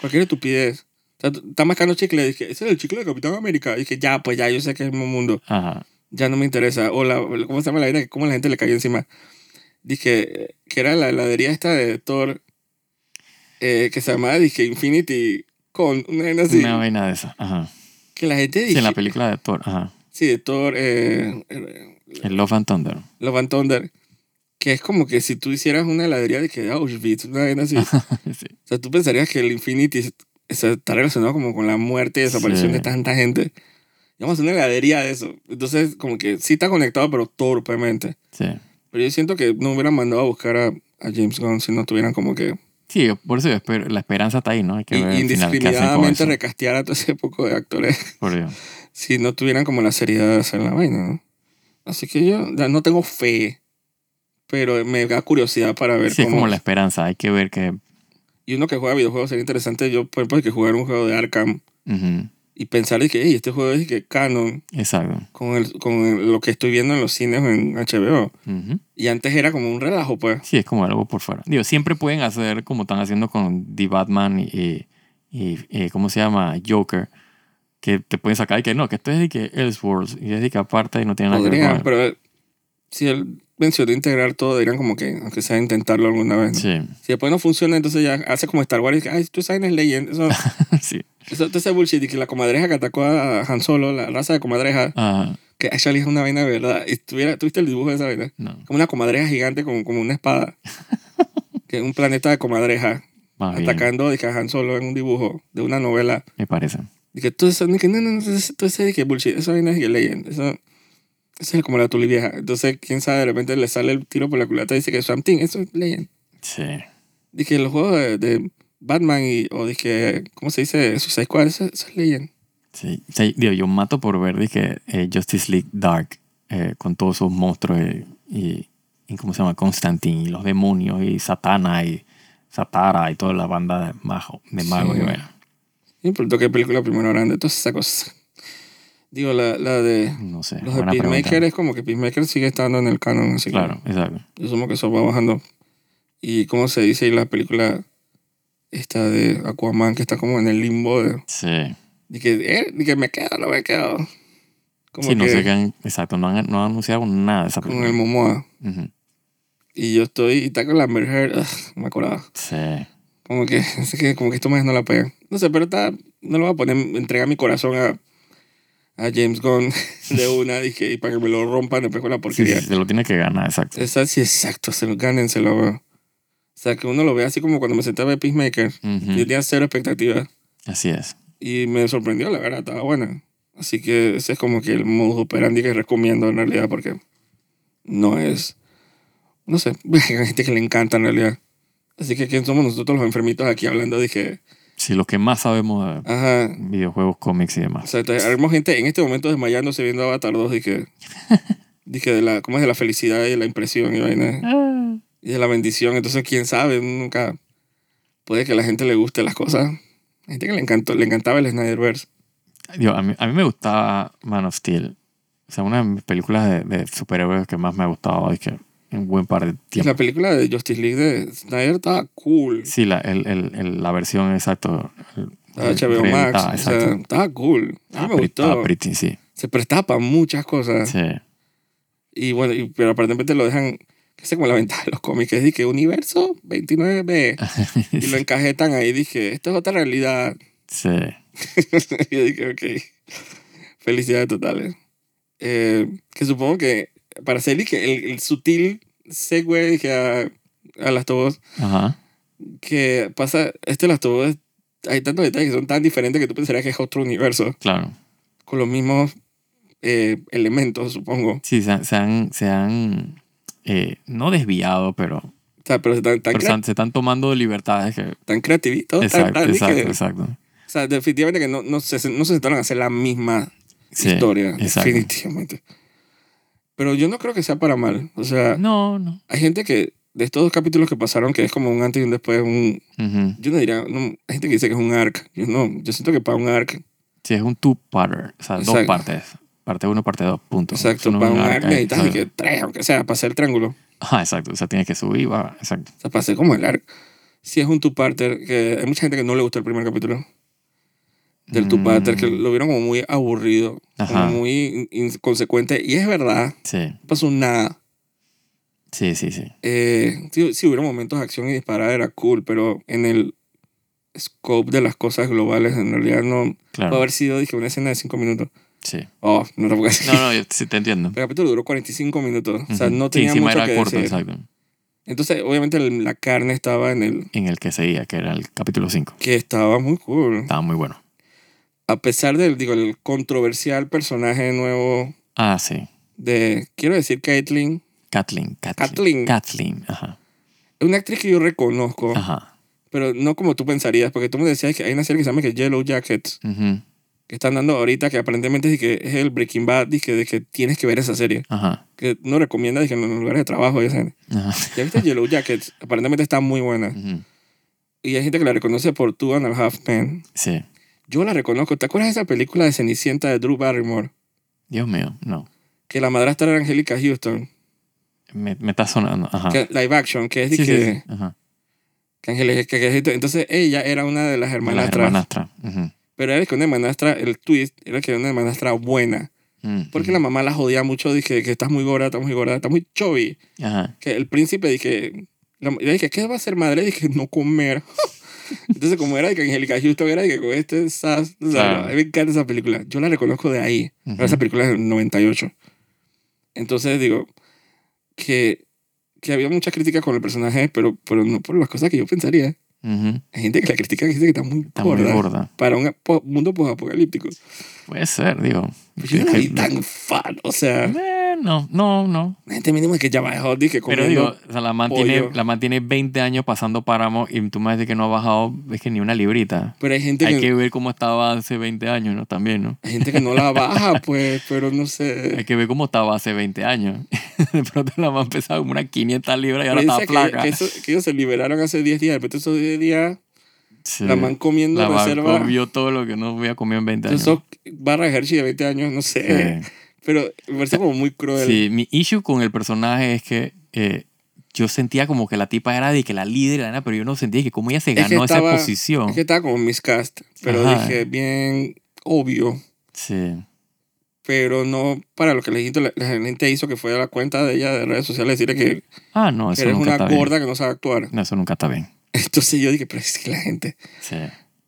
[SPEAKER 1] Cualquier estupidez. O sea, tú- está mascando chicle. Dije, ese es el chicle de Capitán América. Dije, ya, pues ya, yo sé que es mi mundo.
[SPEAKER 2] Ah, ajá.
[SPEAKER 1] Ya no me interesa. O la... ¿Cómo se llama la vaina? ¿Cómo la gente le cayó encima? Dije, eh, que era la heladería esta de Thor. eh, que se llamaba, dije, Infinity con una vaina así.
[SPEAKER 2] Una vaina de esa. Ajá.
[SPEAKER 1] Que la gente
[SPEAKER 2] Sí,
[SPEAKER 1] dije...
[SPEAKER 2] en la película de Thor. Ajá.
[SPEAKER 1] Sí, de Thor, eh, eh,
[SPEAKER 2] El Love and Thunder.
[SPEAKER 1] Love and Thunder, que es como que si tú hicieras una heladería de que de Auschwitz, una vaina así. o
[SPEAKER 2] Sí.
[SPEAKER 1] sea, tú pensarías que el Infinity es- está relacionado como con la muerte y desaparición
[SPEAKER 2] Sí.
[SPEAKER 1] de tanta gente. Y Vamos a hacer una heladería de eso. Entonces, como que sí está conectado, pero torpemente.
[SPEAKER 2] Sí.
[SPEAKER 1] Pero yo siento que no hubieran mandado a buscar a, a James Gunn si no tuvieran como que
[SPEAKER 2] Sí, yo- por eso yo espero- la esperanza está ahí, ¿no? Hay que
[SPEAKER 1] in-
[SPEAKER 2] ver al final qué hacen con
[SPEAKER 1] indiscriminadamente
[SPEAKER 2] eso.
[SPEAKER 1] recastear a todo ese poco de actores
[SPEAKER 2] Por Dios.
[SPEAKER 1] si no tuvieran como la seriedad de hacer la vaina, ¿no? Así que yo ya no tengo fe, pero me da curiosidad para ver
[SPEAKER 2] Sí, es
[SPEAKER 1] cómo...
[SPEAKER 2] como la esperanza. Hay que ver que.
[SPEAKER 1] Y uno que juega videojuegos sería interesante, yo, por ejemplo, hay que jugar un juego de Arkham
[SPEAKER 2] Ujú.
[SPEAKER 1] y pensar de que "Ey, este juego es de que canon
[SPEAKER 2] Exacto.
[SPEAKER 1] con, el, con el- lo que estoy viendo en los cines o en HBO.
[SPEAKER 2] Ujú.
[SPEAKER 1] Y antes era como un relajo, pues.
[SPEAKER 2] Sí, es como algo por fuera. Digo, siempre pueden hacer como están haciendo con The Batman y, y, y- ¿cómo se llama? Joker. Que te pueden sacar y que no, que esto es de que Elseworlds y es de que aparte y no tiene nada
[SPEAKER 1] Podrían,
[SPEAKER 2] que ver
[SPEAKER 1] pero eh, si él mencionó integrar todo, dirían como que, aunque sea intentarlo alguna vez.
[SPEAKER 2] con
[SPEAKER 1] ¿no?
[SPEAKER 2] él.
[SPEAKER 1] Si después no funciona, entonces ya hace como Star Wars y dice, ay, tú sabes, es leyenda. Eso,
[SPEAKER 2] Sí, sí.
[SPEAKER 1] eso, todo ese bullshit y que la comadreja que atacó a Han Solo, la raza de comadreja,
[SPEAKER 2] Ajá,
[SPEAKER 1] que actually es una vaina de verdad. Y tuviera, ¿Tuviste el dibujo de esa vaina?
[SPEAKER 2] no.
[SPEAKER 1] como una comadreja gigante, como, como una espada. que es un planeta de comadreja
[SPEAKER 2] Más bien,
[SPEAKER 1] atacando de que a Han Solo en un dibujo de una novela.
[SPEAKER 2] me parece.
[SPEAKER 1] Y que todo eso, ni que no, no, no, todo eso- todo eso es que bullshit, eso no es que legend, eso, eso es como la tuli vieja. Entonces, quién sabe, de repente le sale el tiro por la culata y dice que Swamp Thing, eso es legend.
[SPEAKER 2] Sí.
[SPEAKER 1] Dije, los juegos de, de Batman y, o dije, ¿cómo se dice? Suicide Squad, eso, eso es legend.
[SPEAKER 2] Sí, Sí, digo, yo mato por ver dije, eh, Justice League Dark eh, con todos sus monstruos eh, y, y ¿cómo se llama? Constantine y los demonios y Satana y Satara y toda la banda de, mago, de magos
[SPEAKER 1] Sí.
[SPEAKER 2] y bueno.
[SPEAKER 1] No importa qué película primero harán de todas esas cosas. Digo, la, la de
[SPEAKER 2] No sé.
[SPEAKER 1] los de
[SPEAKER 2] buena pregunta.
[SPEAKER 1] Peacemaker es como que Peacemaker sigue estando en el canon, así que-
[SPEAKER 2] Claro, exacto.
[SPEAKER 1] Yo asumo que eso va bajando. Y cómo se dice, y la película esta de Aquaman que está como en el limbo de,
[SPEAKER 2] Sí.
[SPEAKER 1] de que, eh, de que me quedo, no me quedo. Como
[SPEAKER 2] Sí, no
[SPEAKER 1] que
[SPEAKER 2] sé qué han- exacto, no han, no han anunciado nada de esa
[SPEAKER 1] con el
[SPEAKER 2] película.
[SPEAKER 1] Momoa.
[SPEAKER 2] Ujú.
[SPEAKER 1] Y yo estoy, y está con la Amber Heard, ugh, me acordaba.
[SPEAKER 2] Sí.
[SPEAKER 1] Como que, así que, como que esto más no la pegan. No sé, pero está, no lo voy a poner, entregar mi corazón a, a James Gunn de una, dije, y para que me lo rompan después con la
[SPEAKER 2] Sí,
[SPEAKER 1] porquería.
[SPEAKER 2] sí, se lo tiene que ganar, exacto.
[SPEAKER 1] Esa sí, exacto, se lo ganen, se lo O sea, que uno lo ve así como cuando me sentaba de Peacemaker.
[SPEAKER 2] Ujú.
[SPEAKER 1] Yo tenía cero expectativas
[SPEAKER 2] Así es.
[SPEAKER 1] y me sorprendió, la verdad, estaba buena. Así que ese es como que el modus operandi que recomiendo en realidad porque no es, no sé, hay gente que le encanta en realidad. Así que quién somos nosotros los enfermitos aquí hablando, dije,
[SPEAKER 2] Sí, lo que más sabemos de
[SPEAKER 1] ajá.
[SPEAKER 2] videojuegos, cómics y
[SPEAKER 1] O
[SPEAKER 2] demás.
[SPEAKER 1] sea, te- habemos gente en este momento desmayándose viendo Avatar 2, dije, dije de la, ¿cómo es de la felicidad y de la impresión y vaina?
[SPEAKER 2] Ah.
[SPEAKER 1] Y de la bendición, entonces quién sabe, nunca puede que a la gente le guste las cosas. Hay gente que le encantó, le encantaba el Snyderverse.
[SPEAKER 2] Digo, a, mí, a mí me gustaba Man of Steel. O sea, una de mis películas de, de superhéroes que más me ha gustado es que en buen par de tiempo.
[SPEAKER 1] La película de Justice League de Snyder estaba cool.
[SPEAKER 2] Sí, la, el, el- el- la versión exacto. el-
[SPEAKER 1] Estaba
[SPEAKER 2] el-
[SPEAKER 1] HBO Max.
[SPEAKER 2] reeditada,
[SPEAKER 1] o sea,
[SPEAKER 2] Ah, exacto.
[SPEAKER 1] estaba cool. A mí me
[SPEAKER 2] Estaba
[SPEAKER 1] gustó. Ah.
[SPEAKER 2] pretty, sí.
[SPEAKER 1] O se prestaba para muchas cosas.
[SPEAKER 2] Sí.
[SPEAKER 1] Y bueno, y- pero aparentemente lo dejan, que sé como la ventaja de los cómics, es de que universo 29B.
[SPEAKER 2] Ah,
[SPEAKER 1] Y lo encajetan ahí, dije, esto es otra realidad.
[SPEAKER 2] sí.
[SPEAKER 1] Y yo dije, ok, felicidades totales. Eh, que supongo que para Celi, que el, el sutil segue dije, a, a las tobos,
[SPEAKER 2] Ajá.
[SPEAKER 1] que pasa, este las tobos, hay tantos detalles que son tan diferentes que tú pensarías que es otro universo,
[SPEAKER 2] Claro.
[SPEAKER 1] con los mismos eh, elementos, supongo.
[SPEAKER 2] Sí, se han, se han, se han, eh, no desviado, pero,
[SPEAKER 1] O sea, pero tan, tan,
[SPEAKER 2] pero se,
[SPEAKER 1] crea-
[SPEAKER 2] han- se están tomando libertades que...
[SPEAKER 1] tan creativitos, tan,
[SPEAKER 2] Exacto,
[SPEAKER 1] tan, dije,
[SPEAKER 2] exacto, exacto.
[SPEAKER 1] O sea, definitivamente que no, no, se, no se sentaron a hacer la misma
[SPEAKER 2] Sí,
[SPEAKER 1] historia,
[SPEAKER 2] exacto.
[SPEAKER 1] definitivamente. Pero yo no creo que sea para mal. O sea,
[SPEAKER 2] No, no.
[SPEAKER 1] hay gente que de estos dos capítulos que pasaron que es como un antes y un después un
[SPEAKER 2] Ujú.
[SPEAKER 1] yo no diría no, hay gente que dice que es un arc yo no yo siento que para un arc
[SPEAKER 2] Sí, es un two-parter, o sea, dos
[SPEAKER 1] Exacto.
[SPEAKER 2] partes. Parte uno, parte dos, punto. Eso
[SPEAKER 1] exacto
[SPEAKER 2] no es
[SPEAKER 1] para
[SPEAKER 2] un
[SPEAKER 1] un
[SPEAKER 2] arc,
[SPEAKER 1] arc
[SPEAKER 2] ahí,
[SPEAKER 1] necesitas de
[SPEAKER 2] exacto.
[SPEAKER 1] que tres aunque sea para hacer el triángulo
[SPEAKER 2] Ajá, exacto. O sea, tienes que subir, va, exacto.
[SPEAKER 1] o sea para hacer como el arc si es un two parter que hay mucha gente que no le gustó el primer capítulo del two parter que
[SPEAKER 2] Mm,
[SPEAKER 1] lo vieron como muy aburrido
[SPEAKER 2] Ajá.
[SPEAKER 1] como muy in- inconsecuente y es verdad
[SPEAKER 2] Sí,
[SPEAKER 1] no pasó nada
[SPEAKER 2] sí, sí, sí.
[SPEAKER 1] eh, si, si hubiera momentos de acción y disparada era cool pero en el scope de las cosas globales en realidad no
[SPEAKER 2] Claro.
[SPEAKER 1] Puede haber sido, dije, una escena de 5 minutos.
[SPEAKER 2] Sí.
[SPEAKER 1] Oh, no tampoco así.
[SPEAKER 2] No, no, yo sí te entiendo.
[SPEAKER 1] El capítulo duró 45 minutos. O sea,
[SPEAKER 2] Ujú.
[SPEAKER 1] no
[SPEAKER 2] Sí,
[SPEAKER 1] tenía
[SPEAKER 2] encima
[SPEAKER 1] mucho
[SPEAKER 2] era
[SPEAKER 1] que
[SPEAKER 2] corto,
[SPEAKER 1] decir.
[SPEAKER 2] exacto.
[SPEAKER 1] Entonces, obviamente, el- la carne estaba en el...
[SPEAKER 2] En el que seguía, que era el capítulo 5.
[SPEAKER 1] Que estaba muy cool.
[SPEAKER 2] Estaba muy bueno.
[SPEAKER 1] A pesar del, digo, el controversial personaje nuevo
[SPEAKER 2] Ah, sí.
[SPEAKER 1] de... Quiero decir, Caitlyn.
[SPEAKER 2] Kathleen, Kathleen.
[SPEAKER 1] Kathleen. Oh.
[SPEAKER 2] Kathleen, ajá.
[SPEAKER 1] Es una actriz que yo reconozco,
[SPEAKER 2] Ajá.
[SPEAKER 1] pero no como tú pensarías. Porque tú me decías que hay una serie que se llama que Yellow Jackets.
[SPEAKER 2] Ujú.
[SPEAKER 1] Que están dando ahorita, que aparentemente es, que es el Breaking Bad. Dije, de que tienes que ver esa serie.
[SPEAKER 2] Ajá.
[SPEAKER 1] Que no recomienda, dije, en los lugares de trabajo. Ya, saben.
[SPEAKER 2] Ajá.
[SPEAKER 1] ¿Ya viste Yellow Jackets? Aparentemente está muy buena.
[SPEAKER 2] Ujú.
[SPEAKER 1] y hay gente que la reconoce por Two and a Half Men.
[SPEAKER 2] Sí.
[SPEAKER 1] Yo la reconozco. ¿Te acuerdas de esa película de Cenicienta de Drew Barrymore?
[SPEAKER 2] Dios mío, no.
[SPEAKER 1] Que la madrastra era Angélica Houston.
[SPEAKER 2] Me, me está sonando. Ajá.
[SPEAKER 1] que- live action, que es de
[SPEAKER 2] Ah. Sí, sí,
[SPEAKER 1] que,
[SPEAKER 2] sí. Ajá.
[SPEAKER 1] que Angélica- que- que- que- Entonces ella era una de las
[SPEAKER 2] La
[SPEAKER 1] hermanastras.
[SPEAKER 2] hermanastra. Ujú.
[SPEAKER 1] Pero era que una hermanastra, el twist, era que era una hermanastra buena.
[SPEAKER 2] Mm,
[SPEAKER 1] Porque
[SPEAKER 2] ujú.
[SPEAKER 1] la mamá la jodía mucho. Dije que estás muy gorda, estás muy gorda, estás muy chovy.
[SPEAKER 2] Ajá.
[SPEAKER 1] Que el príncipe dije... La, le dije, ¿qué va a hacer madre? Dije, no comer. Entonces, como era de que Angélica Houston era de que con este sas, o sea,
[SPEAKER 2] Claro.
[SPEAKER 1] a mí me encanta esa película. Yo la reconozco de ahí.
[SPEAKER 2] Ujú.
[SPEAKER 1] Pero Esa película es del 98. Entonces digo que, que había muchas críticas con el personaje, pero, pero no por las cosas que yo pensaría.
[SPEAKER 2] Ujú.
[SPEAKER 1] Hay gente que la critica que dice que está muy
[SPEAKER 2] Está
[SPEAKER 1] gorda
[SPEAKER 2] muy gorda.
[SPEAKER 1] para un po- mundo posapocalíptico.
[SPEAKER 2] Puede ser, digo.
[SPEAKER 1] Pues yo no la vi tan fan. O sea,
[SPEAKER 2] Eh, no, no, no.
[SPEAKER 1] la gente mínima que llama a Hot que
[SPEAKER 2] Pero
[SPEAKER 1] comiendo.
[SPEAKER 2] digo, o sea, la mantiene,
[SPEAKER 1] pollo.
[SPEAKER 2] la mantiene 20 años pasando páramo y tú me dices que no ha bajado, es que ni una librita.
[SPEAKER 1] pero hay gente
[SPEAKER 2] Hay
[SPEAKER 1] que,
[SPEAKER 2] que ver cómo estaba hace 20 años, ¿no? También, ¿no?
[SPEAKER 1] hay gente que no la baja, pues, pero no
[SPEAKER 2] Hay
[SPEAKER 1] sé.
[SPEAKER 2] que ver cómo estaba hace 20 años. De pronto la más pesada como unas 500 libras y ahora
[SPEAKER 1] Piensa
[SPEAKER 2] está
[SPEAKER 1] que,
[SPEAKER 2] flaca.
[SPEAKER 1] que eso- que ellos se liberaron hace 10 días. De repente esos 10 días
[SPEAKER 2] Sí.
[SPEAKER 1] la man comiendo
[SPEAKER 2] La man
[SPEAKER 1] reserva.
[SPEAKER 2] comió todo lo que no había comido en 20 años.
[SPEAKER 1] Entonces, barra de Hershey de 20 años, no sé.
[SPEAKER 2] Sí.
[SPEAKER 1] Pero me parece como muy cruel.
[SPEAKER 2] Sí, mi issue con el personaje es que eh, yo sentía como que la tipa era de que la líder, era, pero yo no sentía que como ella se
[SPEAKER 1] Es que
[SPEAKER 2] ganó
[SPEAKER 1] estaba-
[SPEAKER 2] esa posición.
[SPEAKER 1] Es que estaba como miscast, pero
[SPEAKER 2] Ajá.
[SPEAKER 1] dije bien obvio,
[SPEAKER 2] Sí,
[SPEAKER 1] pero no para lo que la gente, la gente hizo que fue a la cuenta de ella de redes sociales decirle que,
[SPEAKER 2] Ah, no,
[SPEAKER 1] que
[SPEAKER 2] eso
[SPEAKER 1] eres
[SPEAKER 2] nunca
[SPEAKER 1] una
[SPEAKER 2] está
[SPEAKER 1] gorda que no sabe actuar.
[SPEAKER 2] bien. No, eso nunca está bien.
[SPEAKER 1] Entonces yo dije, pero es que la gente.
[SPEAKER 2] Sí.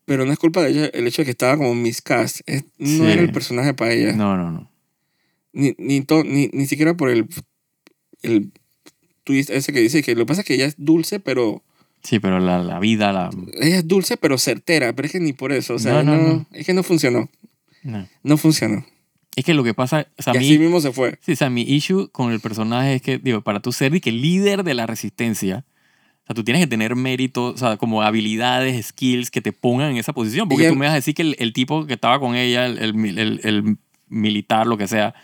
[SPEAKER 1] Pero no es culpa de ella el hecho de que estaba como miscast. Es- no
[SPEAKER 2] Sí.
[SPEAKER 1] era el personaje para ella.
[SPEAKER 2] No, no, no.
[SPEAKER 1] Ni, ni, to- ni, ni siquiera por el, el twist ese que dice que lo que pasa es que ella es dulce, pero.
[SPEAKER 2] Sí, pero la, la vida, la...
[SPEAKER 1] Ella es dulce, pero certera. Pero es que ni por eso. O sea,
[SPEAKER 2] No, no,
[SPEAKER 1] no-
[SPEAKER 2] no.
[SPEAKER 1] es que no funcionó.
[SPEAKER 2] no.
[SPEAKER 1] No funcionó.
[SPEAKER 2] Es que lo que pasa, o sea,
[SPEAKER 1] y
[SPEAKER 2] mi-
[SPEAKER 1] así mismo se fue.
[SPEAKER 2] sí, o sea, mi issue con el personaje es que, digo, para tú ser y que líder de la resistencia, o sea, tú tienes que tener mérito, o sea, como habilidades, skills que te pongan en esa posición. Porque
[SPEAKER 1] Ella-
[SPEAKER 2] tú me vas a decir que el, el tipo que estaba con ella, el, el mil- el- el militar, lo que sea,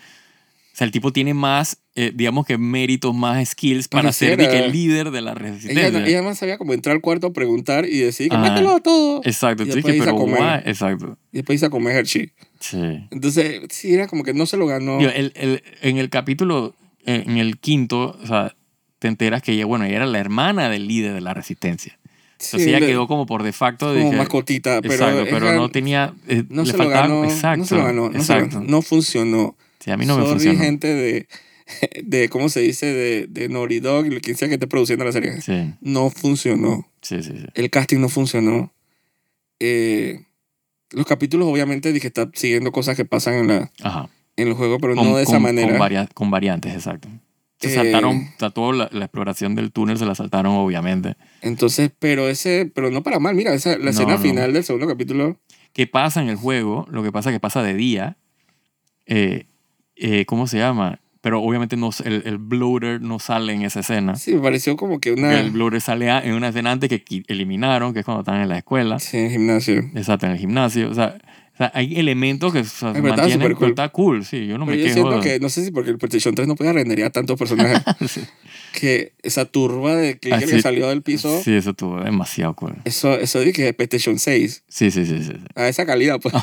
[SPEAKER 2] o sea, el tipo tiene más, eh, digamos que méritos, más skills para ser y
[SPEAKER 1] Pareciera. eh.
[SPEAKER 2] que líder de la resistencia.
[SPEAKER 1] Ella, ella más sabía como entrar al cuarto a preguntar y decir que
[SPEAKER 2] Ah.
[SPEAKER 1] mátalo a todo.
[SPEAKER 2] Exacto,
[SPEAKER 1] Y
[SPEAKER 2] tú
[SPEAKER 1] después
[SPEAKER 2] dices,
[SPEAKER 1] irse a
[SPEAKER 2] pero
[SPEAKER 1] comer.
[SPEAKER 2] guay, exacto.
[SPEAKER 1] Y después hizo a comer Hershey.
[SPEAKER 2] Sí.
[SPEAKER 1] Entonces, sí, era como que no se lo ganó.
[SPEAKER 2] Digo, el- el- en el capítulo, eh, en el quinto, o sea, te enteras que ella, bueno, ella era la hermana del líder de la resistencia. Entonces
[SPEAKER 1] Sí,
[SPEAKER 2] ella
[SPEAKER 1] le-
[SPEAKER 2] quedó como por de facto.
[SPEAKER 1] como
[SPEAKER 2] dije,
[SPEAKER 1] mascotita, pero,
[SPEAKER 2] exacto,
[SPEAKER 1] es
[SPEAKER 2] pero
[SPEAKER 1] real-
[SPEAKER 2] no tenía. eh,
[SPEAKER 1] no
[SPEAKER 2] le
[SPEAKER 1] se lo
[SPEAKER 2] faltaba-
[SPEAKER 1] ganó,
[SPEAKER 2] exacto,
[SPEAKER 1] no se lo ganó, no se lo
[SPEAKER 2] exacto.
[SPEAKER 1] ganó, no funcionó.
[SPEAKER 2] Sí, a mí no me
[SPEAKER 1] Sorry,
[SPEAKER 2] funcionó.
[SPEAKER 1] gente de, de, ¿cómo se dice? De, de Naughty Dog y lo que sea que esté produciendo la serie.
[SPEAKER 2] Sí,
[SPEAKER 1] No funcionó.
[SPEAKER 2] sí, sí. sí.
[SPEAKER 1] El casting no funcionó. Eh, los capítulos, obviamente, dije, está siguiendo cosas que pasan en, la,
[SPEAKER 2] Ajá.
[SPEAKER 1] en el juego, pero no de esa manera.
[SPEAKER 2] Con, varia- con variantes, exacto. Se
[SPEAKER 1] Eh,
[SPEAKER 2] saltaron, o sea, toda la, la exploración del túnel se la saltaron, obviamente.
[SPEAKER 1] Entonces, pero ese, pero no para mal. Mira, esa, la
[SPEAKER 2] No,
[SPEAKER 1] escena
[SPEAKER 2] no.
[SPEAKER 1] final del segundo capítulo.
[SPEAKER 2] ¿Qué pasa en el juego? Lo que pasa es que pasa de día. Eh, eh, ¿Cómo se llama? Pero obviamente no, s- el, el bloater no sale en esa escena.
[SPEAKER 1] Sí, me pareció como que
[SPEAKER 2] Porque
[SPEAKER 1] una.
[SPEAKER 2] El bloater sale a- en una escena antes que qui- eliminaron, que es cuando están en la escuela.
[SPEAKER 1] Sí, en el gimnasio.
[SPEAKER 2] Exacto, en el gimnasio. O sea, o sea, hay elementos que o sea,
[SPEAKER 1] Ay, pero estaba
[SPEAKER 2] mantienen.
[SPEAKER 1] súper
[SPEAKER 2] pero
[SPEAKER 1] cool.
[SPEAKER 2] Está cool, sí. Yo no
[SPEAKER 1] Pero yo
[SPEAKER 2] me quejo.
[SPEAKER 1] siento que, no sé si porque el PlayStation 3 no podía rendería a tantos personajes,
[SPEAKER 2] Sí.
[SPEAKER 1] que esa turba de clicker
[SPEAKER 2] Así-
[SPEAKER 1] que salió del piso,
[SPEAKER 2] Sí, eso estuvo demasiado cool.
[SPEAKER 1] eso, eso dije que PlayStation 6,
[SPEAKER 2] Sí, sí, sí. sí,
[SPEAKER 1] a esa calidad, pues,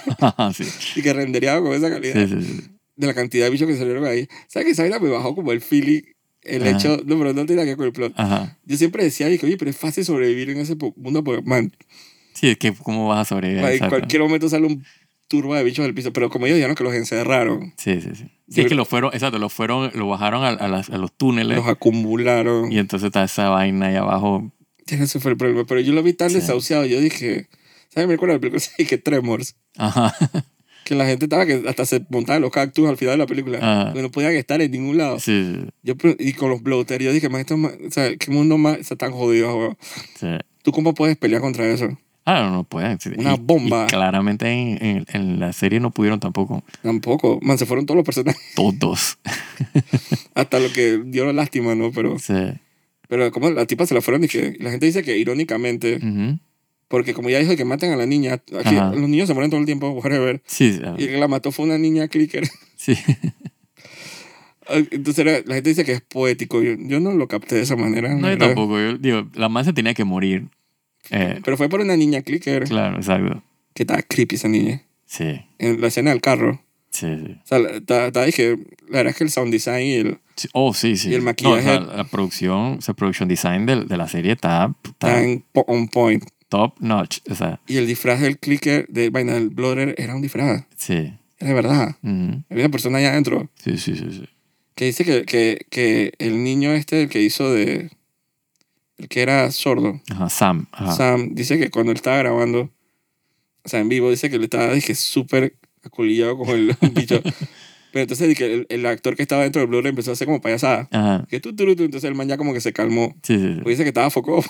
[SPEAKER 2] sí. sí,
[SPEAKER 1] y que rendería con esa calidad,
[SPEAKER 2] Ah. sí, sí, sí.
[SPEAKER 1] de la cantidad de bichos que salieron ahí. ¿Sabes que esa vaina me bajó como el feeling, el
[SPEAKER 2] Ajá.
[SPEAKER 1] hecho, no, pero no tiene nada que ver con el plot.
[SPEAKER 2] Ajá.
[SPEAKER 1] Yo siempre decía, dije, oye, pero es fácil sobrevivir en ese po- mundo, porque, man,
[SPEAKER 2] Sí, es que cómo vas a sobrevivir.
[SPEAKER 1] en
[SPEAKER 2] Exacto.
[SPEAKER 1] cualquier momento sale un turba de bichos del piso, pero como ellos dijeron que los encerraron,
[SPEAKER 2] Sí, sí, sí. Sí,
[SPEAKER 1] Yo-
[SPEAKER 2] es que lo fueron, exacto, lo fueron, lo bajaron a, a las- a los túneles
[SPEAKER 1] los acumularon.
[SPEAKER 2] y entonces está esa vaina ahí abajo.
[SPEAKER 1] Ya ese fue el problema. Pero yo lo vi tan
[SPEAKER 2] Sí.
[SPEAKER 1] desahuciado. Yo dije, ¿sabes? Me acuerdo de la película y que Tremors.
[SPEAKER 2] Ajá.
[SPEAKER 1] Que la gente estaba que hasta se montaba en los cactus al final de la película.
[SPEAKER 2] Ajá.
[SPEAKER 1] Que no podían estar en ningún lado.
[SPEAKER 2] Sí,
[SPEAKER 1] Yo, pre- y con los bloaters, yo dije, man, esto es ma- o sea, qué mundo más está tan jodido, ah, weón?
[SPEAKER 2] sí, sí.
[SPEAKER 1] ¿Tú cómo puedes pelear contra eso?
[SPEAKER 2] Ah, no, no pueden. Sí,
[SPEAKER 1] Una
[SPEAKER 2] y-
[SPEAKER 1] bomba.
[SPEAKER 2] y claramente en, en- en la serie no pudieron tampoco.
[SPEAKER 1] Tampoco. Man, se fueron todos los personajes.
[SPEAKER 2] Todos.
[SPEAKER 1] Hasta lo que dio lástima, ¿no? Pero,
[SPEAKER 2] Sí.
[SPEAKER 1] pero como la tipa se la fueron y que la gente dice que irónicamente,
[SPEAKER 2] Ujú.
[SPEAKER 1] porque como ya dijo que maten a la niña, aquí
[SPEAKER 2] Ajá. Ah.
[SPEAKER 1] los niños se mueren todo el tiempo, whatever.
[SPEAKER 2] Sí, sí,
[SPEAKER 1] Y el que la mató fue una niña clicker.
[SPEAKER 2] sí.
[SPEAKER 1] Ah, Entonces era- la gente dice que es poético. Yo, yo no lo capté de esa manera.
[SPEAKER 2] No, yo
[SPEAKER 1] Era-
[SPEAKER 2] tampoco. Yo, digo, la más se tenía que morir. Eh,
[SPEAKER 1] Pero fue por una niña clicker.
[SPEAKER 2] claro, exacto.
[SPEAKER 1] Que estaba creepy esa niña.
[SPEAKER 2] Sí,
[SPEAKER 1] En la escena del carro.
[SPEAKER 2] sí, sí.
[SPEAKER 1] O sea, la- ta- ta- dije, la verdad es que el sound design y el,
[SPEAKER 2] Sí, Oh, sí, sí.
[SPEAKER 1] Y el
[SPEAKER 2] No,
[SPEAKER 1] maquillaje-
[SPEAKER 2] o sea, la producción, o sea, production design de, de la serie está, está
[SPEAKER 1] tan po- on point.
[SPEAKER 2] top notch. O sea,
[SPEAKER 1] Y el disfraz del clicker, de vaina del blotter, era un disfraz.
[SPEAKER 2] sí.
[SPEAKER 1] Era de verdad.
[SPEAKER 2] Ujú.
[SPEAKER 1] Había una persona allá adentro
[SPEAKER 2] Sí, sí, sí, sí.
[SPEAKER 1] que dice que, que, que el niño este, el que hizo de... El que era sordo.
[SPEAKER 2] Ajá, Sam. Ajá.
[SPEAKER 1] Sam dice que cuando él estaba grabando, o sea, en vivo, dice que le estaba, dije, súper aculillado con el bicho. Pero entonces dije, el, el actor que estaba dentro del blur empezó a hacer como payasada.
[SPEAKER 2] Ajá.
[SPEAKER 1] Que tú, tú, tú, entonces el man ya como que se calmó.
[SPEAKER 2] Sí, sí,
[SPEAKER 1] Porque
[SPEAKER 2] sí.
[SPEAKER 1] dice que estaba foco.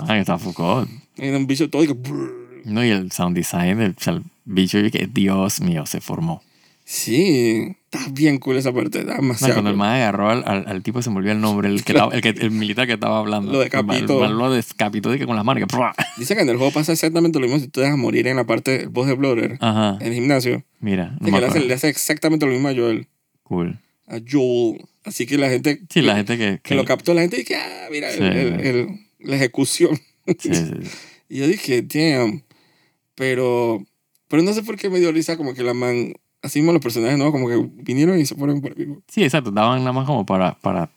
[SPEAKER 2] Ah, está Foucault.
[SPEAKER 1] Era un bicho todo y que... brrr.
[SPEAKER 2] No, y el sound design del o sea, el bicho, yo que Dios mío, se formó.
[SPEAKER 1] Sí, está bien cool esa parte. Está
[SPEAKER 2] No,
[SPEAKER 1] demasiado
[SPEAKER 2] cuando el
[SPEAKER 1] cool.
[SPEAKER 2] man agarró al, al, al tipo, se me olvidó el nombre, el, que estaba- el, que, el militar que estaba hablando.
[SPEAKER 1] Lo
[SPEAKER 2] El,
[SPEAKER 1] decapitó.
[SPEAKER 2] man- el man lo descapitó de que con las manos. que ¡prua!
[SPEAKER 1] Dice que en el juego pasa exactamente lo mismo si tú te dejas morir en la parte del boss de Blooder,
[SPEAKER 2] Ajá.
[SPEAKER 1] en el gimnasio.
[SPEAKER 2] Mira, Ah. no
[SPEAKER 1] Dice que
[SPEAKER 2] me
[SPEAKER 1] le hace,
[SPEAKER 2] acuerdo.
[SPEAKER 1] le hace exactamente lo mismo a Joel.
[SPEAKER 2] Cool.
[SPEAKER 1] A Joel. Así que la gente...
[SPEAKER 2] Sí, la gente que...
[SPEAKER 1] que lo captó la gente y dije, ah, mira, el-
[SPEAKER 2] Sí.
[SPEAKER 1] el- el- la ejecución.
[SPEAKER 2] sí, sí, sí.
[SPEAKER 1] Y yo dije, damn. Pero, pero no sé por qué me dio risa como que la man, así mismo los personajes, ¿no? Como que vinieron y se fueron por ahí.
[SPEAKER 2] Sí, exacto. Daban nada más como para, para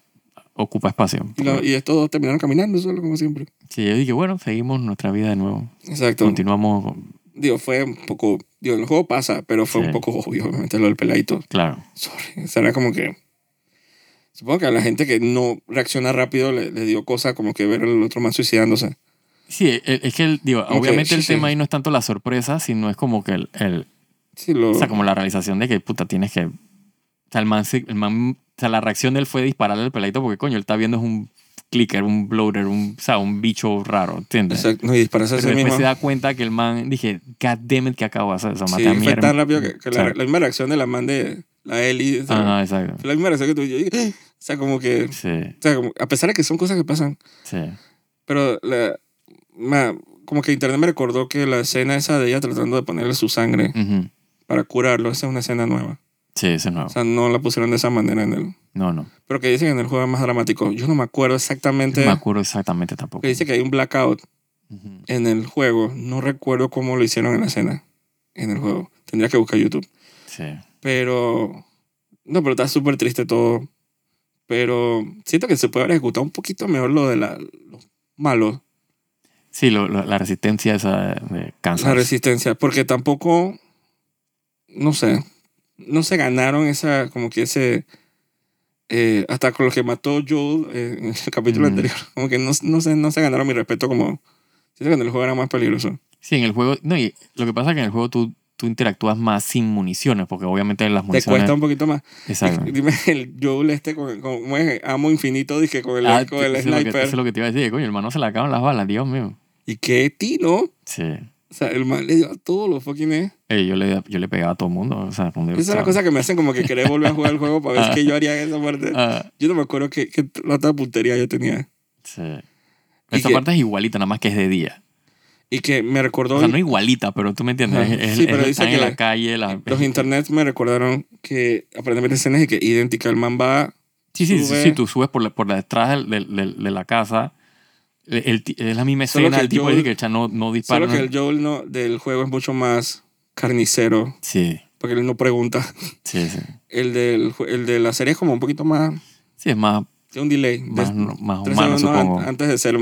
[SPEAKER 2] ocupar espacio.
[SPEAKER 1] Y, la- y estos dos terminaron caminando solo, como siempre.
[SPEAKER 2] Sí, yo dije, bueno, seguimos nuestra vida de nuevo.
[SPEAKER 1] Exacto.
[SPEAKER 2] Continuamos, con-
[SPEAKER 1] Digo, fue un poco, digo, en el juego pasa, pero fue
[SPEAKER 2] Sí.
[SPEAKER 1] un poco obvio, obviamente, lo del peladito.
[SPEAKER 2] claro.
[SPEAKER 1] Sorry. O sea, era como que... Supongo que a la gente que no reacciona rápido le, le dio cosa como que ver al otro man suicidándose.
[SPEAKER 2] Sí, e- es que, el- digo,
[SPEAKER 1] Como que,
[SPEAKER 2] obviamente
[SPEAKER 1] sí,
[SPEAKER 2] el
[SPEAKER 1] sí.
[SPEAKER 2] tema ahí no es tanto la sorpresa, sino es como que el, el-
[SPEAKER 1] Sí, lo...
[SPEAKER 2] o sea, como la realización de que, puta, tienes que... O sea, el man, se- el man- o sea, la reacción de él fue dispararle al peladito porque, coño, él está viendo es un clicker, un bloater, un, o sea, un bicho raro, ¿entiendes?
[SPEAKER 1] Exacto. No, y dispararse a
[SPEAKER 2] Pero
[SPEAKER 1] sí
[SPEAKER 2] después
[SPEAKER 1] mismo.
[SPEAKER 2] se da cuenta que el man, dije, god damn it, que acabo de hacer? O sea,
[SPEAKER 1] Sí,
[SPEAKER 2] maté a mi
[SPEAKER 1] fue tan
[SPEAKER 2] hermano.
[SPEAKER 1] rápido que, que la,
[SPEAKER 2] Exacto.
[SPEAKER 1] la misma reacción de la man de la Eli. o sea,
[SPEAKER 2] Ajá, Ah, exacto.
[SPEAKER 1] Fue la misma reacción que tuve yo. y- ¡eh! O sea, como que. O
[SPEAKER 2] Sí,
[SPEAKER 1] sea, como- a pesar de que son cosas que pasan.
[SPEAKER 2] sí.
[SPEAKER 1] Pero la, ma- como que internet me recordó que la escena esa de ella tratando de ponerle su sangre
[SPEAKER 2] Ujú.
[SPEAKER 1] para curarlo, esa es una escena nueva.
[SPEAKER 2] Sí, eso es nuevo.
[SPEAKER 1] O sea, no la pusieron de esa manera en el.
[SPEAKER 2] No, no.
[SPEAKER 1] Pero que dicen que en el juego es más dramático. Yo no me acuerdo
[SPEAKER 2] No
[SPEAKER 1] exactamente.
[SPEAKER 2] me acuerdo exactamente tampoco.
[SPEAKER 1] Que dice que hay un blackout
[SPEAKER 2] Ujú.
[SPEAKER 1] en el juego. No recuerdo cómo lo hicieron en la escena. En el juego. Tendría que buscar YouTube.
[SPEAKER 2] Sí.
[SPEAKER 1] Pero. No, pero está súper triste todo. Pero siento que se puede haber ejecutado un poquito mejor lo de la, los malos.
[SPEAKER 2] Sí, lo- lo- la resistencia esa de
[SPEAKER 1] La
[SPEAKER 2] Kansas.
[SPEAKER 1] resistencia, porque tampoco, no sé, no se ganaron esa, como que ese, eh, hasta con lo que mató Joel eh, en el capítulo
[SPEAKER 2] Mm.
[SPEAKER 1] anterior, como que no, no, se, no se ganaron mi respeto como, siento que en el juego era más peligroso.
[SPEAKER 2] Sí, en el juego. No, y lo que pasa es que en el juego tú, tú interactúas más sin municiones, porque obviamente las
[SPEAKER 1] Te
[SPEAKER 2] municiones.
[SPEAKER 1] cuesta un poquito más.
[SPEAKER 2] Exacto. Ah,
[SPEAKER 1] Dime, el Joel este, con, con- ¿cómo es? Amo infinito, dije, con el
[SPEAKER 2] Ah,
[SPEAKER 1] arco del
[SPEAKER 2] eso es lo que-
[SPEAKER 1] sniper.
[SPEAKER 2] eso es lo que te iba a decir, coño, el man no se le acaban las balas, Dios mío.
[SPEAKER 1] Y qué tiro,
[SPEAKER 2] Sí.
[SPEAKER 1] o sea, el man le dio a todos los fucking... eh.
[SPEAKER 2] Ey, yo, le, yo le pegaba a todo el mundo. O sea, cuando yo
[SPEAKER 1] Esa es la
[SPEAKER 2] estaba-
[SPEAKER 1] cosa que me hacen como que querer volver a jugar el juego para ver qué yo haría en esa parte.
[SPEAKER 2] Ah,
[SPEAKER 1] Yo no me acuerdo qué, qué rata puntería yo tenía.
[SPEAKER 2] sí.
[SPEAKER 1] Y
[SPEAKER 2] Esa
[SPEAKER 1] que-
[SPEAKER 2] parte es igualita, nada más que es de día.
[SPEAKER 1] Y que me recordó.
[SPEAKER 2] O sea, no igualita, pero tú me entiendes.
[SPEAKER 1] Ajá.
[SPEAKER 2] es- es-
[SPEAKER 1] Sí, pero
[SPEAKER 2] es-
[SPEAKER 1] dice
[SPEAKER 2] están en
[SPEAKER 1] que
[SPEAKER 2] la calle. la-
[SPEAKER 1] Los internets me recordaron que aparentemente escenas y que idéntica. El man va.
[SPEAKER 2] sí, sí, sí,
[SPEAKER 1] sube-
[SPEAKER 2] sí, tú subes por, la- por la detrás del- del- del- de la casa. el- el ti- es la misma
[SPEAKER 1] Solo
[SPEAKER 2] escena.
[SPEAKER 1] que
[SPEAKER 2] El tipo
[SPEAKER 1] yo-
[SPEAKER 2] dice que "Cha, no, no dispara.
[SPEAKER 1] Solo que
[SPEAKER 2] no".
[SPEAKER 1] el Joel no, del juego es mucho más carnicero.
[SPEAKER 2] Sí,
[SPEAKER 1] Porque él no pregunta.
[SPEAKER 2] sí, sí.
[SPEAKER 1] El, del, ju- el de la serie es como un poquito más.
[SPEAKER 2] Sí, es más,
[SPEAKER 1] Tiene un delay. de
[SPEAKER 2] más, más
[SPEAKER 1] tres
[SPEAKER 2] humano,
[SPEAKER 1] segundos an-
[SPEAKER 2] supongo.
[SPEAKER 1] antes de ser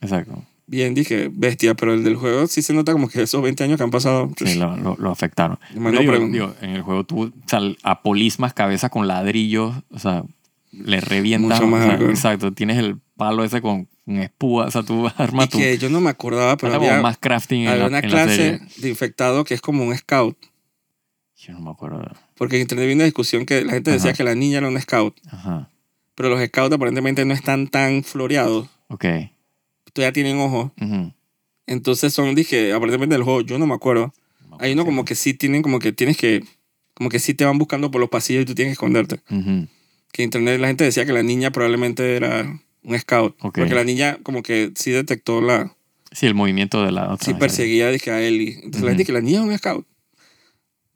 [SPEAKER 2] Exacto.
[SPEAKER 1] bien, dije bestia. Pero el del juego sí se nota como que esos 20 años que han pasado.
[SPEAKER 2] Sí, lo, lo- lo afectaron.
[SPEAKER 1] El man
[SPEAKER 2] Pero
[SPEAKER 1] no
[SPEAKER 2] digo,
[SPEAKER 1] pregunta.
[SPEAKER 2] digo, en el juego tú o sea, apolismas cabeza con ladrillos, o sea, le revientas.
[SPEAKER 1] Mucho más
[SPEAKER 2] o sea,
[SPEAKER 1] hardcore.
[SPEAKER 2] exacto, tienes el palo ese con, con espúa, o sea, tú armas
[SPEAKER 1] y
[SPEAKER 2] tu.
[SPEAKER 1] que yo no me acordaba, pero
[SPEAKER 2] Falta como
[SPEAKER 1] había,
[SPEAKER 2] más crafting en
[SPEAKER 1] había
[SPEAKER 2] la,
[SPEAKER 1] una
[SPEAKER 2] en la
[SPEAKER 1] clase
[SPEAKER 2] serie.
[SPEAKER 1] de infectado que es como un scout.
[SPEAKER 2] Yo no me acuerdo.
[SPEAKER 1] Porque en internet vi una discusión que la gente decía
[SPEAKER 2] Ajá.
[SPEAKER 1] que la niña era un scout,
[SPEAKER 2] Ajá.
[SPEAKER 1] pero los scouts aparentemente no están tan floreados,
[SPEAKER 2] Ok.
[SPEAKER 1] todavía tienen ojos.
[SPEAKER 2] Ujú. No
[SPEAKER 1] Entonces son, dije, aparentemente del juego, yo no me acuerdo.
[SPEAKER 2] me
[SPEAKER 1] Hay
[SPEAKER 2] acuerdo,
[SPEAKER 1] uno
[SPEAKER 2] sí.
[SPEAKER 1] como que sí tienen, como que tienes que, como que sí te van buscando por los pasillos y tú tienes que esconderte.
[SPEAKER 2] Ujú.
[SPEAKER 1] Que en internet la gente decía que la niña probablemente era un scout.
[SPEAKER 2] Ok.
[SPEAKER 1] Porque la niña como que sí detectó la,
[SPEAKER 2] Sí, el movimiento de la otra.
[SPEAKER 1] sí perseguía, dije, a Ellie. Entonces la
[SPEAKER 2] Ah, Ujú.
[SPEAKER 1] gente dije, la niña es un scout.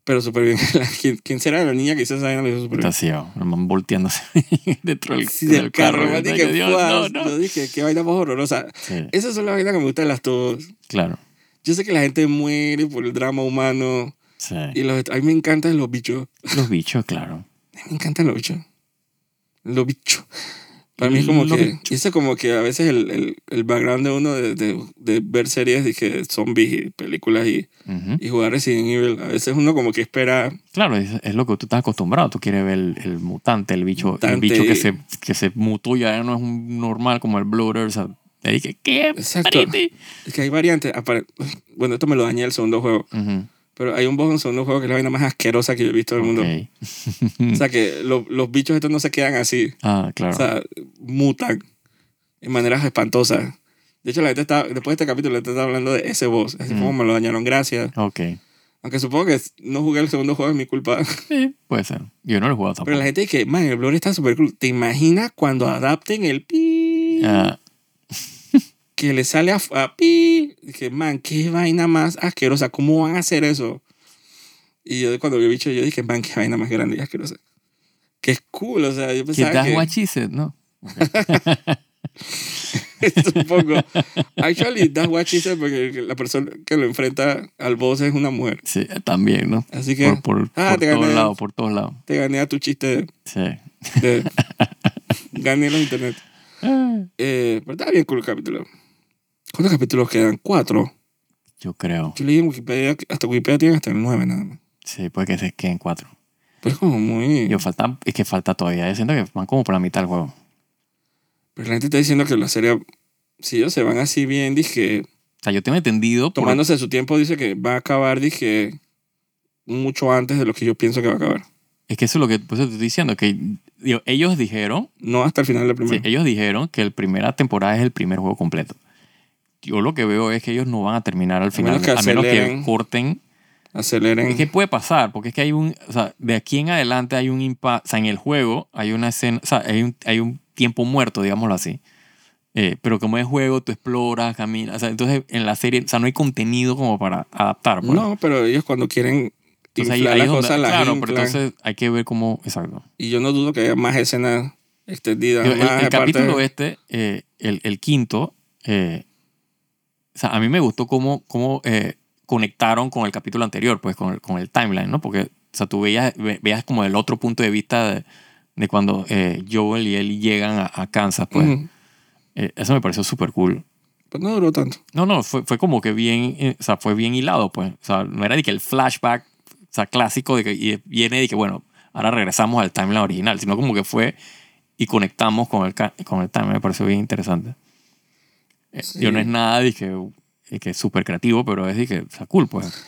[SPEAKER 1] Pero súper bien. La- ¿Quién, quién será la niña que hizo esa vaina? Lo hizo súper bien.
[SPEAKER 2] Está ciego. El man oh, volteándose dentro del,
[SPEAKER 1] Sí, del carro,
[SPEAKER 2] ¿verdad?
[SPEAKER 1] man,
[SPEAKER 2] Que
[SPEAKER 1] dije,
[SPEAKER 2] Dios,
[SPEAKER 1] "Fua",
[SPEAKER 2] no, no.
[SPEAKER 1] Yo dije, qué vaina más horrorosa.
[SPEAKER 2] Sí,
[SPEAKER 1] Esa es la vaina que me gusta de las dos.
[SPEAKER 2] claro.
[SPEAKER 1] Yo sé que la gente muere por el drama humano.
[SPEAKER 2] Sí.
[SPEAKER 1] Y los, a mí me encantan los bichos.
[SPEAKER 2] Los bichos, claro.
[SPEAKER 1] A mí me encantan los bichos. Los bichos. Para mí es como
[SPEAKER 2] Los
[SPEAKER 1] que... y Eso es como que a veces el, el, el background de uno de, de, de ver series dije, zombies y películas y,
[SPEAKER 2] Ujú.
[SPEAKER 1] y jugar Resident Evil. A veces uno como que espera...
[SPEAKER 2] Claro, es, es lo que tú estás acostumbrado. Tú quieres ver el, el mutante, el bicho, el
[SPEAKER 1] Mutante.
[SPEAKER 2] bicho que se, que se mutó y ahora no es un normal como el bloater. O sea, te dije, ¿qué?
[SPEAKER 1] Exacto.
[SPEAKER 2] Parete.
[SPEAKER 1] Es que hay variantes. apare- Bueno, esto me lo dañé el segundo juego.
[SPEAKER 2] Ujú.
[SPEAKER 1] Pero hay un boss en el segundo juego que es la vaina más asquerosa que yo he visto del mundo.
[SPEAKER 2] Ok.
[SPEAKER 1] O sea que lo- los bichos estos no se quedan así.
[SPEAKER 2] Ah, claro.
[SPEAKER 1] O sea, mutan en maneras espantosas. De hecho, la gente está, después de este capítulo, la gente está hablando de ese boss. Así
[SPEAKER 2] Mm.
[SPEAKER 1] como me lo dañaron, gracias.
[SPEAKER 2] ok.
[SPEAKER 1] Aunque supongo que no jugué el segundo juego, es mi culpa.
[SPEAKER 2] Sí, puede ser. Yo no lo he jugado
[SPEAKER 1] Pero
[SPEAKER 2] tampoco.
[SPEAKER 1] la gente dice, man, el Blur está súper cool. ¿Te imaginas cuando adapten el pi?
[SPEAKER 2] Ah,
[SPEAKER 1] Que le sale a, a pi. Dije, man, qué vaina más asquerosa. ¿Cómo van a hacer eso? Y yo cuando vi el bicho, yo dije, man, qué vaina más grande y asquerosa. Que es cool, o sea, yo
[SPEAKER 2] que
[SPEAKER 1] pensaba
[SPEAKER 2] das
[SPEAKER 1] que...
[SPEAKER 2] what she said, ¿no?
[SPEAKER 1] Supongo. Actually, that's what she said, porque la persona que lo enfrenta al boss es una mujer.
[SPEAKER 2] Sí, también, ¿no?
[SPEAKER 1] Así que
[SPEAKER 2] Por, por,
[SPEAKER 1] Ah,
[SPEAKER 2] por
[SPEAKER 1] te
[SPEAKER 2] todos
[SPEAKER 1] gané.
[SPEAKER 2] lados, por todos lados.
[SPEAKER 1] te gané a tu chiste
[SPEAKER 2] Sí.
[SPEAKER 1] de, de- gané los internet.
[SPEAKER 2] Ah,
[SPEAKER 1] Eh, pero está bien cool el capítulo. ¿Cuántos capítulos quedan? Cuatro.
[SPEAKER 2] Yo creo.
[SPEAKER 1] Yo leí en Wikipedia, que hasta Wikipedia tiene hasta el nueve nada más.
[SPEAKER 2] Sí, puede que se queden cuatro.
[SPEAKER 1] Pero es como muy...
[SPEAKER 2] Yo falta, es que falta todavía. Yo siento que van como por la mitad del juego.
[SPEAKER 1] Pero la gente está diciendo que la serie... Si ellos se van así bien, dije...
[SPEAKER 2] O sea, yo tengo entendido por,
[SPEAKER 1] Tomándose su tiempo, dice que va a acabar, dije... Mucho antes de lo que yo pienso que va a acabar.
[SPEAKER 2] Es que eso es lo que pues, te estoy diciendo, que digo, ellos dijeron,
[SPEAKER 1] No hasta el final del
[SPEAKER 2] sí,
[SPEAKER 1] primero.
[SPEAKER 2] ellos dijeron que la primera temporada es el primer juego completo. Yo lo que veo es que ellos no van a terminar al final,
[SPEAKER 1] menos que
[SPEAKER 2] a menos que
[SPEAKER 1] aceleren.
[SPEAKER 2] corten.
[SPEAKER 1] Aceleren.
[SPEAKER 2] Es que puede pasar, porque es que hay un, o sea, de aquí en adelante hay un impacto, o sea, en el juego hay una escena, o sea, hay un, hay un tiempo muerto, digámoslo así. Eh, pero como es juego, tú exploras, caminas, o sea, entonces en la serie, o sea, no hay contenido como para adaptar. pues.
[SPEAKER 1] No, pero ellos cuando quieren
[SPEAKER 2] Entonces, ahí-
[SPEAKER 1] inflar
[SPEAKER 2] ahí
[SPEAKER 1] la
[SPEAKER 2] es donde-
[SPEAKER 1] cosa, la
[SPEAKER 2] claro, pero
[SPEAKER 1] inflan.
[SPEAKER 2] entonces hay que ver cómo, exacto.
[SPEAKER 1] Y yo no dudo que haya más escenas extendidas.
[SPEAKER 2] Digo, el,
[SPEAKER 1] más
[SPEAKER 2] el
[SPEAKER 1] aparte de-
[SPEAKER 2] capítulo este, eh, el, el quinto, eh, o sea, a mí me gustó cómo, cómo eh, conectaron con el capítulo anterior, pues con el, con el timeline, ¿no? Porque, o sea, tú veías, ve- veías como el otro punto de vista de, de cuando eh, Joel y él llegan a, a Kansas, pues.
[SPEAKER 1] Ujú.
[SPEAKER 2] Eh, eso me pareció súper cool.
[SPEAKER 1] Pero no duró tanto.
[SPEAKER 2] No, no, fue, fue como que bien, eh, o sea, fue bien hilado, pues. O sea, no era de que el flashback, o sea, clásico de que y viene de que, bueno, ahora regresamos al timeline original, sino como que fue y conectamos con el, ca- con el timeline, me pareció bien interesante. Eh,
[SPEAKER 1] Sí.
[SPEAKER 2] Yo no es nada, dije, de que súper creativo, pero es de que, o sea, cool, pues.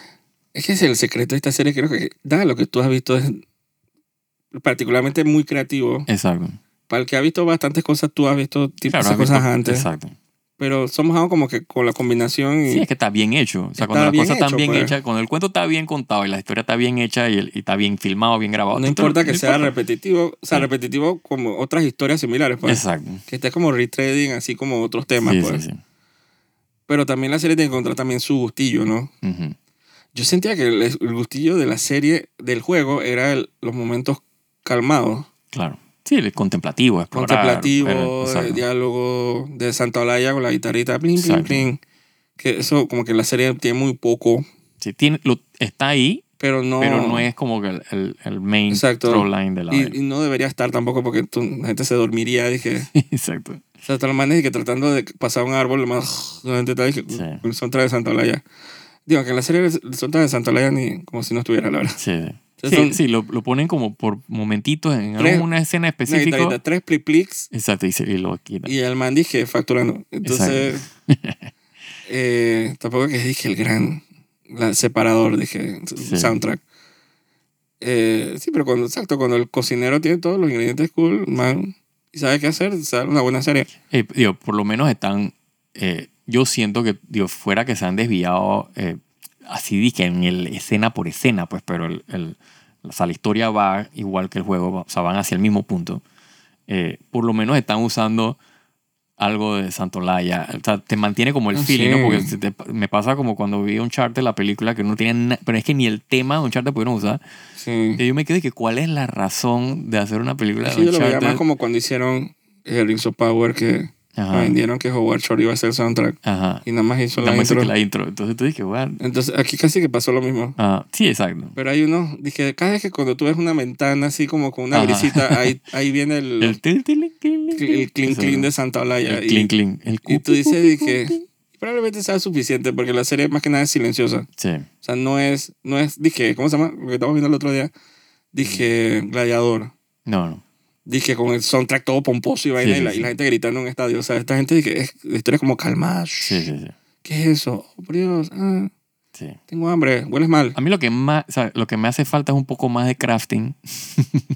[SPEAKER 1] Es que es el secreto de esta serie. Creo que, nada, lo que tú has visto es particularmente muy creativo.
[SPEAKER 2] Exacto.
[SPEAKER 1] Para el que ha visto bastantes cosas, tú has visto tipo
[SPEAKER 2] Claro,
[SPEAKER 1] esas
[SPEAKER 2] has visto-
[SPEAKER 1] cosas antes.
[SPEAKER 2] Exacto.
[SPEAKER 1] Pero somos algo como que con la combinación y
[SPEAKER 2] Sí, es que está bien hecho. O sea,
[SPEAKER 1] Está
[SPEAKER 2] cuando la
[SPEAKER 1] bien
[SPEAKER 2] cosa está
[SPEAKER 1] hecho,
[SPEAKER 2] bien
[SPEAKER 1] pues.
[SPEAKER 2] hecha, cuando el cuento está bien contado y la historia está bien hecha y, el- y está bien filmado, bien grabado.
[SPEAKER 1] no
[SPEAKER 2] tú te-
[SPEAKER 1] importa que
[SPEAKER 2] no
[SPEAKER 1] sea
[SPEAKER 2] importa.
[SPEAKER 1] repetitivo. O sea,
[SPEAKER 2] Sí.
[SPEAKER 1] repetitivo como otras historias similares. Pues.
[SPEAKER 2] Exacto.
[SPEAKER 1] Que esté como retrading, así como otros temas.
[SPEAKER 2] Sí,
[SPEAKER 1] pues.
[SPEAKER 2] sí, sí.
[SPEAKER 1] Pero también la serie tiene que encontrar también su gustillo, ¿no?
[SPEAKER 2] Ujú.
[SPEAKER 1] Yo sentía que el, el gustillo de la serie, del juego, era el- los momentos calmados.
[SPEAKER 2] Claro. Sí, el contemplativo, explorar.
[SPEAKER 1] contemplativo,
[SPEAKER 2] eh,
[SPEAKER 1] de
[SPEAKER 2] exacto.
[SPEAKER 1] diálogo de Santa Olaya con la guitarrita, plin, plin,
[SPEAKER 2] Exacto.
[SPEAKER 1] plin. Que eso como que la serie tiene muy poco,
[SPEAKER 2] Sí, tiene, lo- está ahí,
[SPEAKER 1] pero no...
[SPEAKER 2] pero no es como que el, el, el main
[SPEAKER 1] Exacto.
[SPEAKER 2] plotline de la
[SPEAKER 1] Y,
[SPEAKER 2] vaina.
[SPEAKER 1] y no debería estar tampoco porque tú- la gente se dormiría, dije.
[SPEAKER 2] Exacto.
[SPEAKER 1] O sea, tal manera que tratando de pasar un árbol, lo más la gente está, dije,
[SPEAKER 2] Sí.
[SPEAKER 1] el soundtrack de Santa Olaya. Digo, que en la serie el soundtrack de Santa Olaya ni como si no estuviera, la verdad.
[SPEAKER 2] Sí. Sí,
[SPEAKER 1] Entonces son-
[SPEAKER 2] sí, lo, lo ponen como por momentitos en
[SPEAKER 1] Tres-
[SPEAKER 2] alguna escena
[SPEAKER 1] Una guitarrita,
[SPEAKER 2] específica.
[SPEAKER 1] tres pliplics
[SPEAKER 2] Exacto, y, se- y lo quitan.
[SPEAKER 1] y el man dije facturando. Entonces, eh, tampoco que dije el gran la- separador, dije
[SPEAKER 2] Sí.
[SPEAKER 1] soundtrack. Eh, sí, pero cuando, exacto, cuando el cocinero tiene todos los ingredientes cool, man, y sabe qué hacer, sale una buena serie.
[SPEAKER 2] Eh, digo, por lo menos están. eh, yo siento que, digo, fuera que se han desviado eh, así, dije, en el escena por escena, pues, pero el, el- o sea, la historia va igual que el juego, o sea, van hacia el mismo punto. Eh, por lo menos están usando algo de Santolaya. O sea, te mantiene como el
[SPEAKER 1] Ah, sí.
[SPEAKER 2] feeling, ¿no? Porque se te- me pasa como cuando vi un chart de la película que no tenía na- Pero es que ni el tema de un chart pudieron usar.
[SPEAKER 1] Sí.
[SPEAKER 2] Y yo me quedé que, ¿cuál es la razón de hacer una película
[SPEAKER 1] Es
[SPEAKER 2] de
[SPEAKER 1] que yo lo veía
[SPEAKER 2] Uncharted?
[SPEAKER 1] más como cuando hicieron el Rings of Power, que
[SPEAKER 2] Ajá.
[SPEAKER 1] vendieron que Howard Shore iba a hacer soundtrack
[SPEAKER 2] Ajá.
[SPEAKER 1] y nada más hizo la
[SPEAKER 2] Ah. Nada más que
[SPEAKER 1] intro.
[SPEAKER 2] la intro. Entonces tú dije, bueno,
[SPEAKER 1] Entonces, aquí casi que pasó lo mismo.
[SPEAKER 2] Ah, sí, exacto.
[SPEAKER 1] Pero hay uno, dije, cada vez que cuando tú ves una ventana así como con una
[SPEAKER 2] Ajá.
[SPEAKER 1] brisita, ahí, ahí viene el,
[SPEAKER 2] El
[SPEAKER 1] el,
[SPEAKER 2] tin, tin, tin, tin, tin.
[SPEAKER 1] clean
[SPEAKER 2] Eso,
[SPEAKER 1] clean de Santa Olaya.
[SPEAKER 2] El
[SPEAKER 1] y-
[SPEAKER 2] clean clean. El
[SPEAKER 1] y
[SPEAKER 2] cu,
[SPEAKER 1] tú
[SPEAKER 2] cu,
[SPEAKER 1] dices,
[SPEAKER 2] cu,
[SPEAKER 1] dije,
[SPEAKER 2] cu, cu.
[SPEAKER 1] probablemente sea suficiente porque la serie más que nada es silenciosa.
[SPEAKER 2] Sí,
[SPEAKER 1] O sea, no es, no es, dije, ¿cómo se llama? Lo que estábamos viendo el otro día. Dije, gladiador.
[SPEAKER 2] no, no.
[SPEAKER 1] Dije, con el soundtrack todo pomposo y vaina
[SPEAKER 2] Sí,
[SPEAKER 1] y,
[SPEAKER 2] sí,
[SPEAKER 1] la, y
[SPEAKER 2] sí.
[SPEAKER 1] la gente gritando en un estadio. O sea, esta gente, dije, es, la historia es como calmada.
[SPEAKER 2] Sí, sí, sí.
[SPEAKER 1] ¿Qué es eso? Oh, por Dios, ah,
[SPEAKER 2] sí.
[SPEAKER 1] tengo hambre, hueles mal.
[SPEAKER 2] A mí lo que más, o sea, lo que me hace falta es un poco más de crafting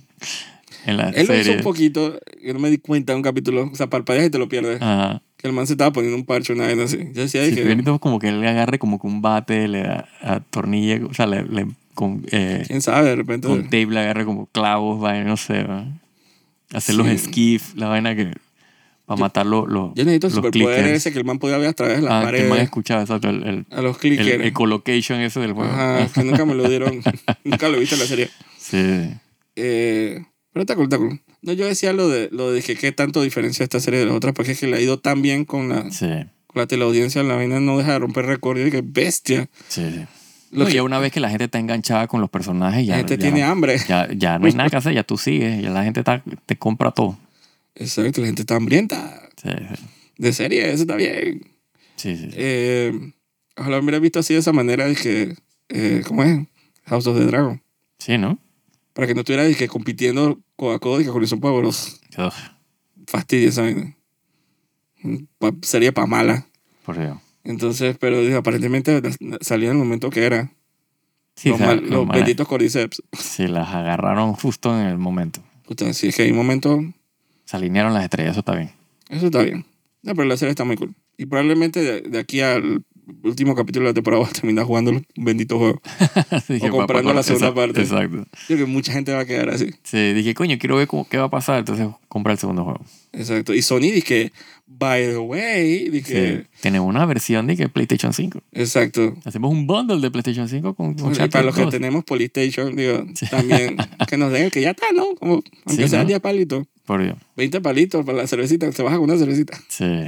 [SPEAKER 2] en la
[SPEAKER 1] Él lo hizo
[SPEAKER 2] serie.
[SPEAKER 1] un poquito, yo no me di cuenta en un capítulo. O sea, parpadeas y te lo pierdes.
[SPEAKER 2] Ajá.
[SPEAKER 1] Que el man se estaba poniendo un parche una vez así. Yo decía,
[SPEAKER 2] Ah. Sí,
[SPEAKER 1] dije,
[SPEAKER 2] Benito como que él le agarre como que un bate, le da a tornilla, o sea, le, le- con, eh,
[SPEAKER 1] quién sabe, de repente.
[SPEAKER 2] con tape le agarre como clavos, vaina, no sé, ¿va? Hacer los
[SPEAKER 1] Sí.
[SPEAKER 2] esquif, la vaina que
[SPEAKER 1] Yo-
[SPEAKER 2] para matar los, los,
[SPEAKER 1] Yo necesito el
[SPEAKER 2] los
[SPEAKER 1] superpoder
[SPEAKER 2] clickers.
[SPEAKER 1] ese que el man podía ver a través de las
[SPEAKER 2] Ah, que más
[SPEAKER 1] paredes.
[SPEAKER 2] escuchaba, exacto, el- el,
[SPEAKER 1] A los
[SPEAKER 2] el,
[SPEAKER 1] clickers.
[SPEAKER 2] el colocation ese del juego.
[SPEAKER 1] Ajá, que nunca me lo dieron. nunca lo viste en la serie.
[SPEAKER 2] Sí.
[SPEAKER 1] Eh, pero está cool, está cool. No, yo decía lo de, lo de que qué tanto diferencia esta serie de las otras, porque es que le ha ido tan bien con la,
[SPEAKER 2] Sí,
[SPEAKER 1] con la teleaudiencia, la vaina no deja de romper récord. Yo dije, bestia.
[SPEAKER 2] sí, sí.
[SPEAKER 1] Lo
[SPEAKER 2] No,
[SPEAKER 1] que-
[SPEAKER 2] ya una vez que la gente está enganchada con los personajes,
[SPEAKER 1] la
[SPEAKER 2] ya,
[SPEAKER 1] gente
[SPEAKER 2] ya,
[SPEAKER 1] tiene hambre.
[SPEAKER 2] ya, ya no hay nada que hacer, ya tú sigues, ya la gente está- te compra todo.
[SPEAKER 1] Exacto, la gente está hambrienta
[SPEAKER 2] Sí, sí,
[SPEAKER 1] de serie, eso está bien.
[SPEAKER 2] sí, sí, sí.
[SPEAKER 1] Eh, ojalá me hubiera visto así de esa manera, dije, eh, ¿cómo es? House of the Dragon.
[SPEAKER 2] Sí, ¿no?
[SPEAKER 1] Para que no estuviera dije, compitiendo codo a codo dije, con esos pavorosos.
[SPEAKER 2] Ugh,
[SPEAKER 1] Fastidio esa vaina. Pa- sería pa' mala.
[SPEAKER 2] por Dios.
[SPEAKER 1] Entonces, pero digo, aparentemente salió en el momento que era.
[SPEAKER 2] Sí,
[SPEAKER 1] los
[SPEAKER 2] o sea,
[SPEAKER 1] mal-
[SPEAKER 2] los
[SPEAKER 1] los
[SPEAKER 2] manes-
[SPEAKER 1] benditos cordyceps.
[SPEAKER 2] sí, las agarraron justo en el momento.
[SPEAKER 1] Puta, si es que hay un momento,
[SPEAKER 2] Se alinearon las estrellas, eso está bien.
[SPEAKER 1] eso está bien. No, pero la serie está muy cool. Y probablemente de, de aquí al último capítulo de la temporada vas a terminar jugando los benditos juegos.
[SPEAKER 2] Así que,
[SPEAKER 1] comprando
[SPEAKER 2] pa- pa-
[SPEAKER 1] la segunda
[SPEAKER 2] exacto,
[SPEAKER 1] parte.
[SPEAKER 2] Exacto.
[SPEAKER 1] Yo creo que mucha gente va a quedar así.
[SPEAKER 2] Sí, dije, coño, quiero ver cómo, qué va a pasar, entonces compra el segundo juego.
[SPEAKER 1] Exacto. Y Sony dije, by the way, dije,
[SPEAKER 2] Sí. Tenemos una versión de que PlayStation 5.
[SPEAKER 1] exacto.
[SPEAKER 2] Hacemos un bundle de PlayStation 5 con, con
[SPEAKER 1] Y para los que
[SPEAKER 2] Uncharted 2.
[SPEAKER 1] tenemos Polystation, digo, también que nos den el que ya está, ¿no? Como, aunque
[SPEAKER 2] Sí,
[SPEAKER 1] sea
[SPEAKER 2] ¿no?
[SPEAKER 1] 10 palitos,
[SPEAKER 2] Por Dios.
[SPEAKER 1] 20 palitos para la cervecita, se baja con una cervecita.
[SPEAKER 2] Sí.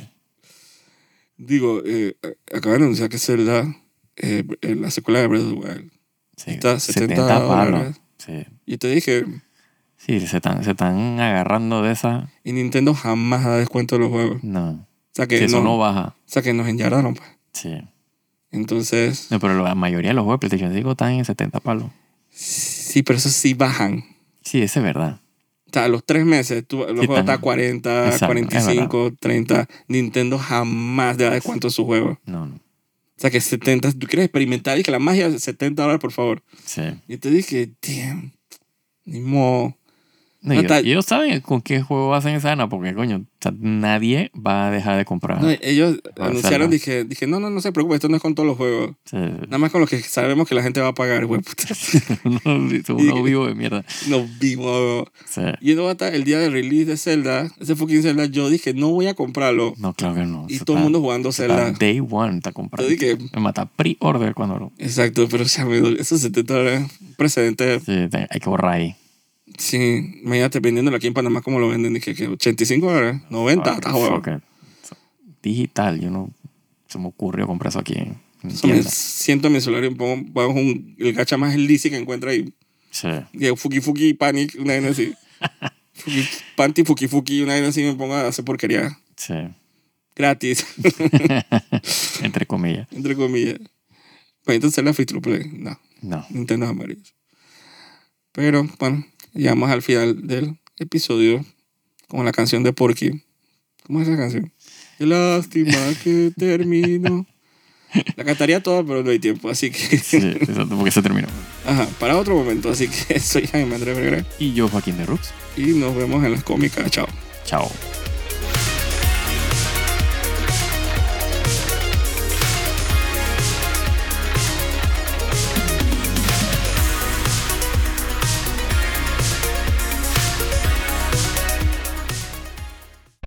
[SPEAKER 1] Digo, eh, acaban de anunciar que Zelda, eh, en la secuela de Breath of the Wild.
[SPEAKER 2] sí.
[SPEAKER 1] Está 70 dólares.
[SPEAKER 2] Sí.
[SPEAKER 1] Y te dije,
[SPEAKER 2] Sí, se están, se están agarrando de esa.
[SPEAKER 1] y Nintendo jamás da descuento de los juegos.
[SPEAKER 2] No.
[SPEAKER 1] sea,
[SPEAKER 2] Si
[SPEAKER 1] que,
[SPEAKER 2] eso
[SPEAKER 1] no,
[SPEAKER 2] no
[SPEAKER 1] o
[SPEAKER 2] baja.
[SPEAKER 1] sea, que nos enyardaron, pues.
[SPEAKER 2] Sí.
[SPEAKER 1] Entonces,
[SPEAKER 2] No, pero la mayoría de los juegos de PlayStation 5 están en 70 palos.
[SPEAKER 1] sí, pero eso sí bajan.
[SPEAKER 2] Sí, eso es verdad.
[SPEAKER 1] O sea, a los tres meses, tú, los
[SPEAKER 2] Sí,
[SPEAKER 1] juegos están
[SPEAKER 2] tan-
[SPEAKER 1] a 40,
[SPEAKER 2] Exacto, es
[SPEAKER 1] 45, 30. Nintendo jamás da de cuánto es su juego. O
[SPEAKER 2] No, no.
[SPEAKER 1] sea, que 70, tú quieres experimentar y que la magia, 70 dólares, por favor.
[SPEAKER 2] Sí.
[SPEAKER 1] Y te dije, damn, ni modo.
[SPEAKER 2] No,
[SPEAKER 1] No,
[SPEAKER 2] y-
[SPEAKER 1] tal-
[SPEAKER 2] y ellos saben con qué juego hacen esa gana, porque coño, o sea, nadie va a dejar de comprar.
[SPEAKER 1] No, ellos
[SPEAKER 2] Ah,
[SPEAKER 1] anunciaron,
[SPEAKER 2] salva.
[SPEAKER 1] dije, dije, no, no, no se preocupe, esto no es con todos los juegos.
[SPEAKER 2] Sí.
[SPEAKER 1] Nada más con los que sabemos que la gente va a pagar, güey. puta.
[SPEAKER 2] Uno- uno vivo de mierda.
[SPEAKER 1] Nos vimos.
[SPEAKER 2] Sí.
[SPEAKER 1] Y no hasta el día de release de Zelda, ese fucking Zelda, yo dije, no voy a comprarlo.
[SPEAKER 2] No, claro que no.
[SPEAKER 1] Y
[SPEAKER 2] Eso
[SPEAKER 1] todo el
[SPEAKER 2] está-
[SPEAKER 1] mundo jugando
[SPEAKER 2] eso está
[SPEAKER 1] Zelda.
[SPEAKER 2] Day one está
[SPEAKER 1] Yo
[SPEAKER 2] comprando.
[SPEAKER 1] dije,
[SPEAKER 2] Me mata pre-order cuando lo.
[SPEAKER 1] exacto, pero ya me dolió. Esos 70 dólares, un precedente.
[SPEAKER 2] Sí, te- hay que borrar ahí.
[SPEAKER 1] Sí, imagínate vendiéndolo aquí en Panamá como lo venden. Dije que 85 dólares, 90,
[SPEAKER 2] Fuck,
[SPEAKER 1] está jugado.
[SPEAKER 2] fuck it. Digital, yo no. Se me ocurrió comprar eso aquí. en- en
[SPEAKER 1] Eso me
[SPEAKER 2] tienda.
[SPEAKER 1] siento en mi celular y pongo, pongo un- el gacha más lisi que encuentra ahí.
[SPEAKER 2] Sí.
[SPEAKER 1] Y el Fuki Fuki Panic, una vaina así. Fuki, panty Fuki Fuki, una vaina así me pongo a hacer porquería.
[SPEAKER 2] Sí.
[SPEAKER 1] Gratis,
[SPEAKER 2] Entre comillas.
[SPEAKER 1] entre comillas. Pues entonces la free to play. No,
[SPEAKER 2] No.
[SPEAKER 1] Nintendo es amarillo. Pero bueno, llegamos al final del episodio con la canción de Porky. ¿Cómo es esa canción? Qué lástima que termino. La cantaría toda, pero no hay tiempo, así que.
[SPEAKER 2] Sí, exacto, porque se terminó.
[SPEAKER 1] Ajá, para otro momento. Así que soy Jaime Andrés Vergara
[SPEAKER 2] Y yo, Joaquín de Rux.
[SPEAKER 1] y nos vemos en las cómicas. Chao.
[SPEAKER 2] Chao.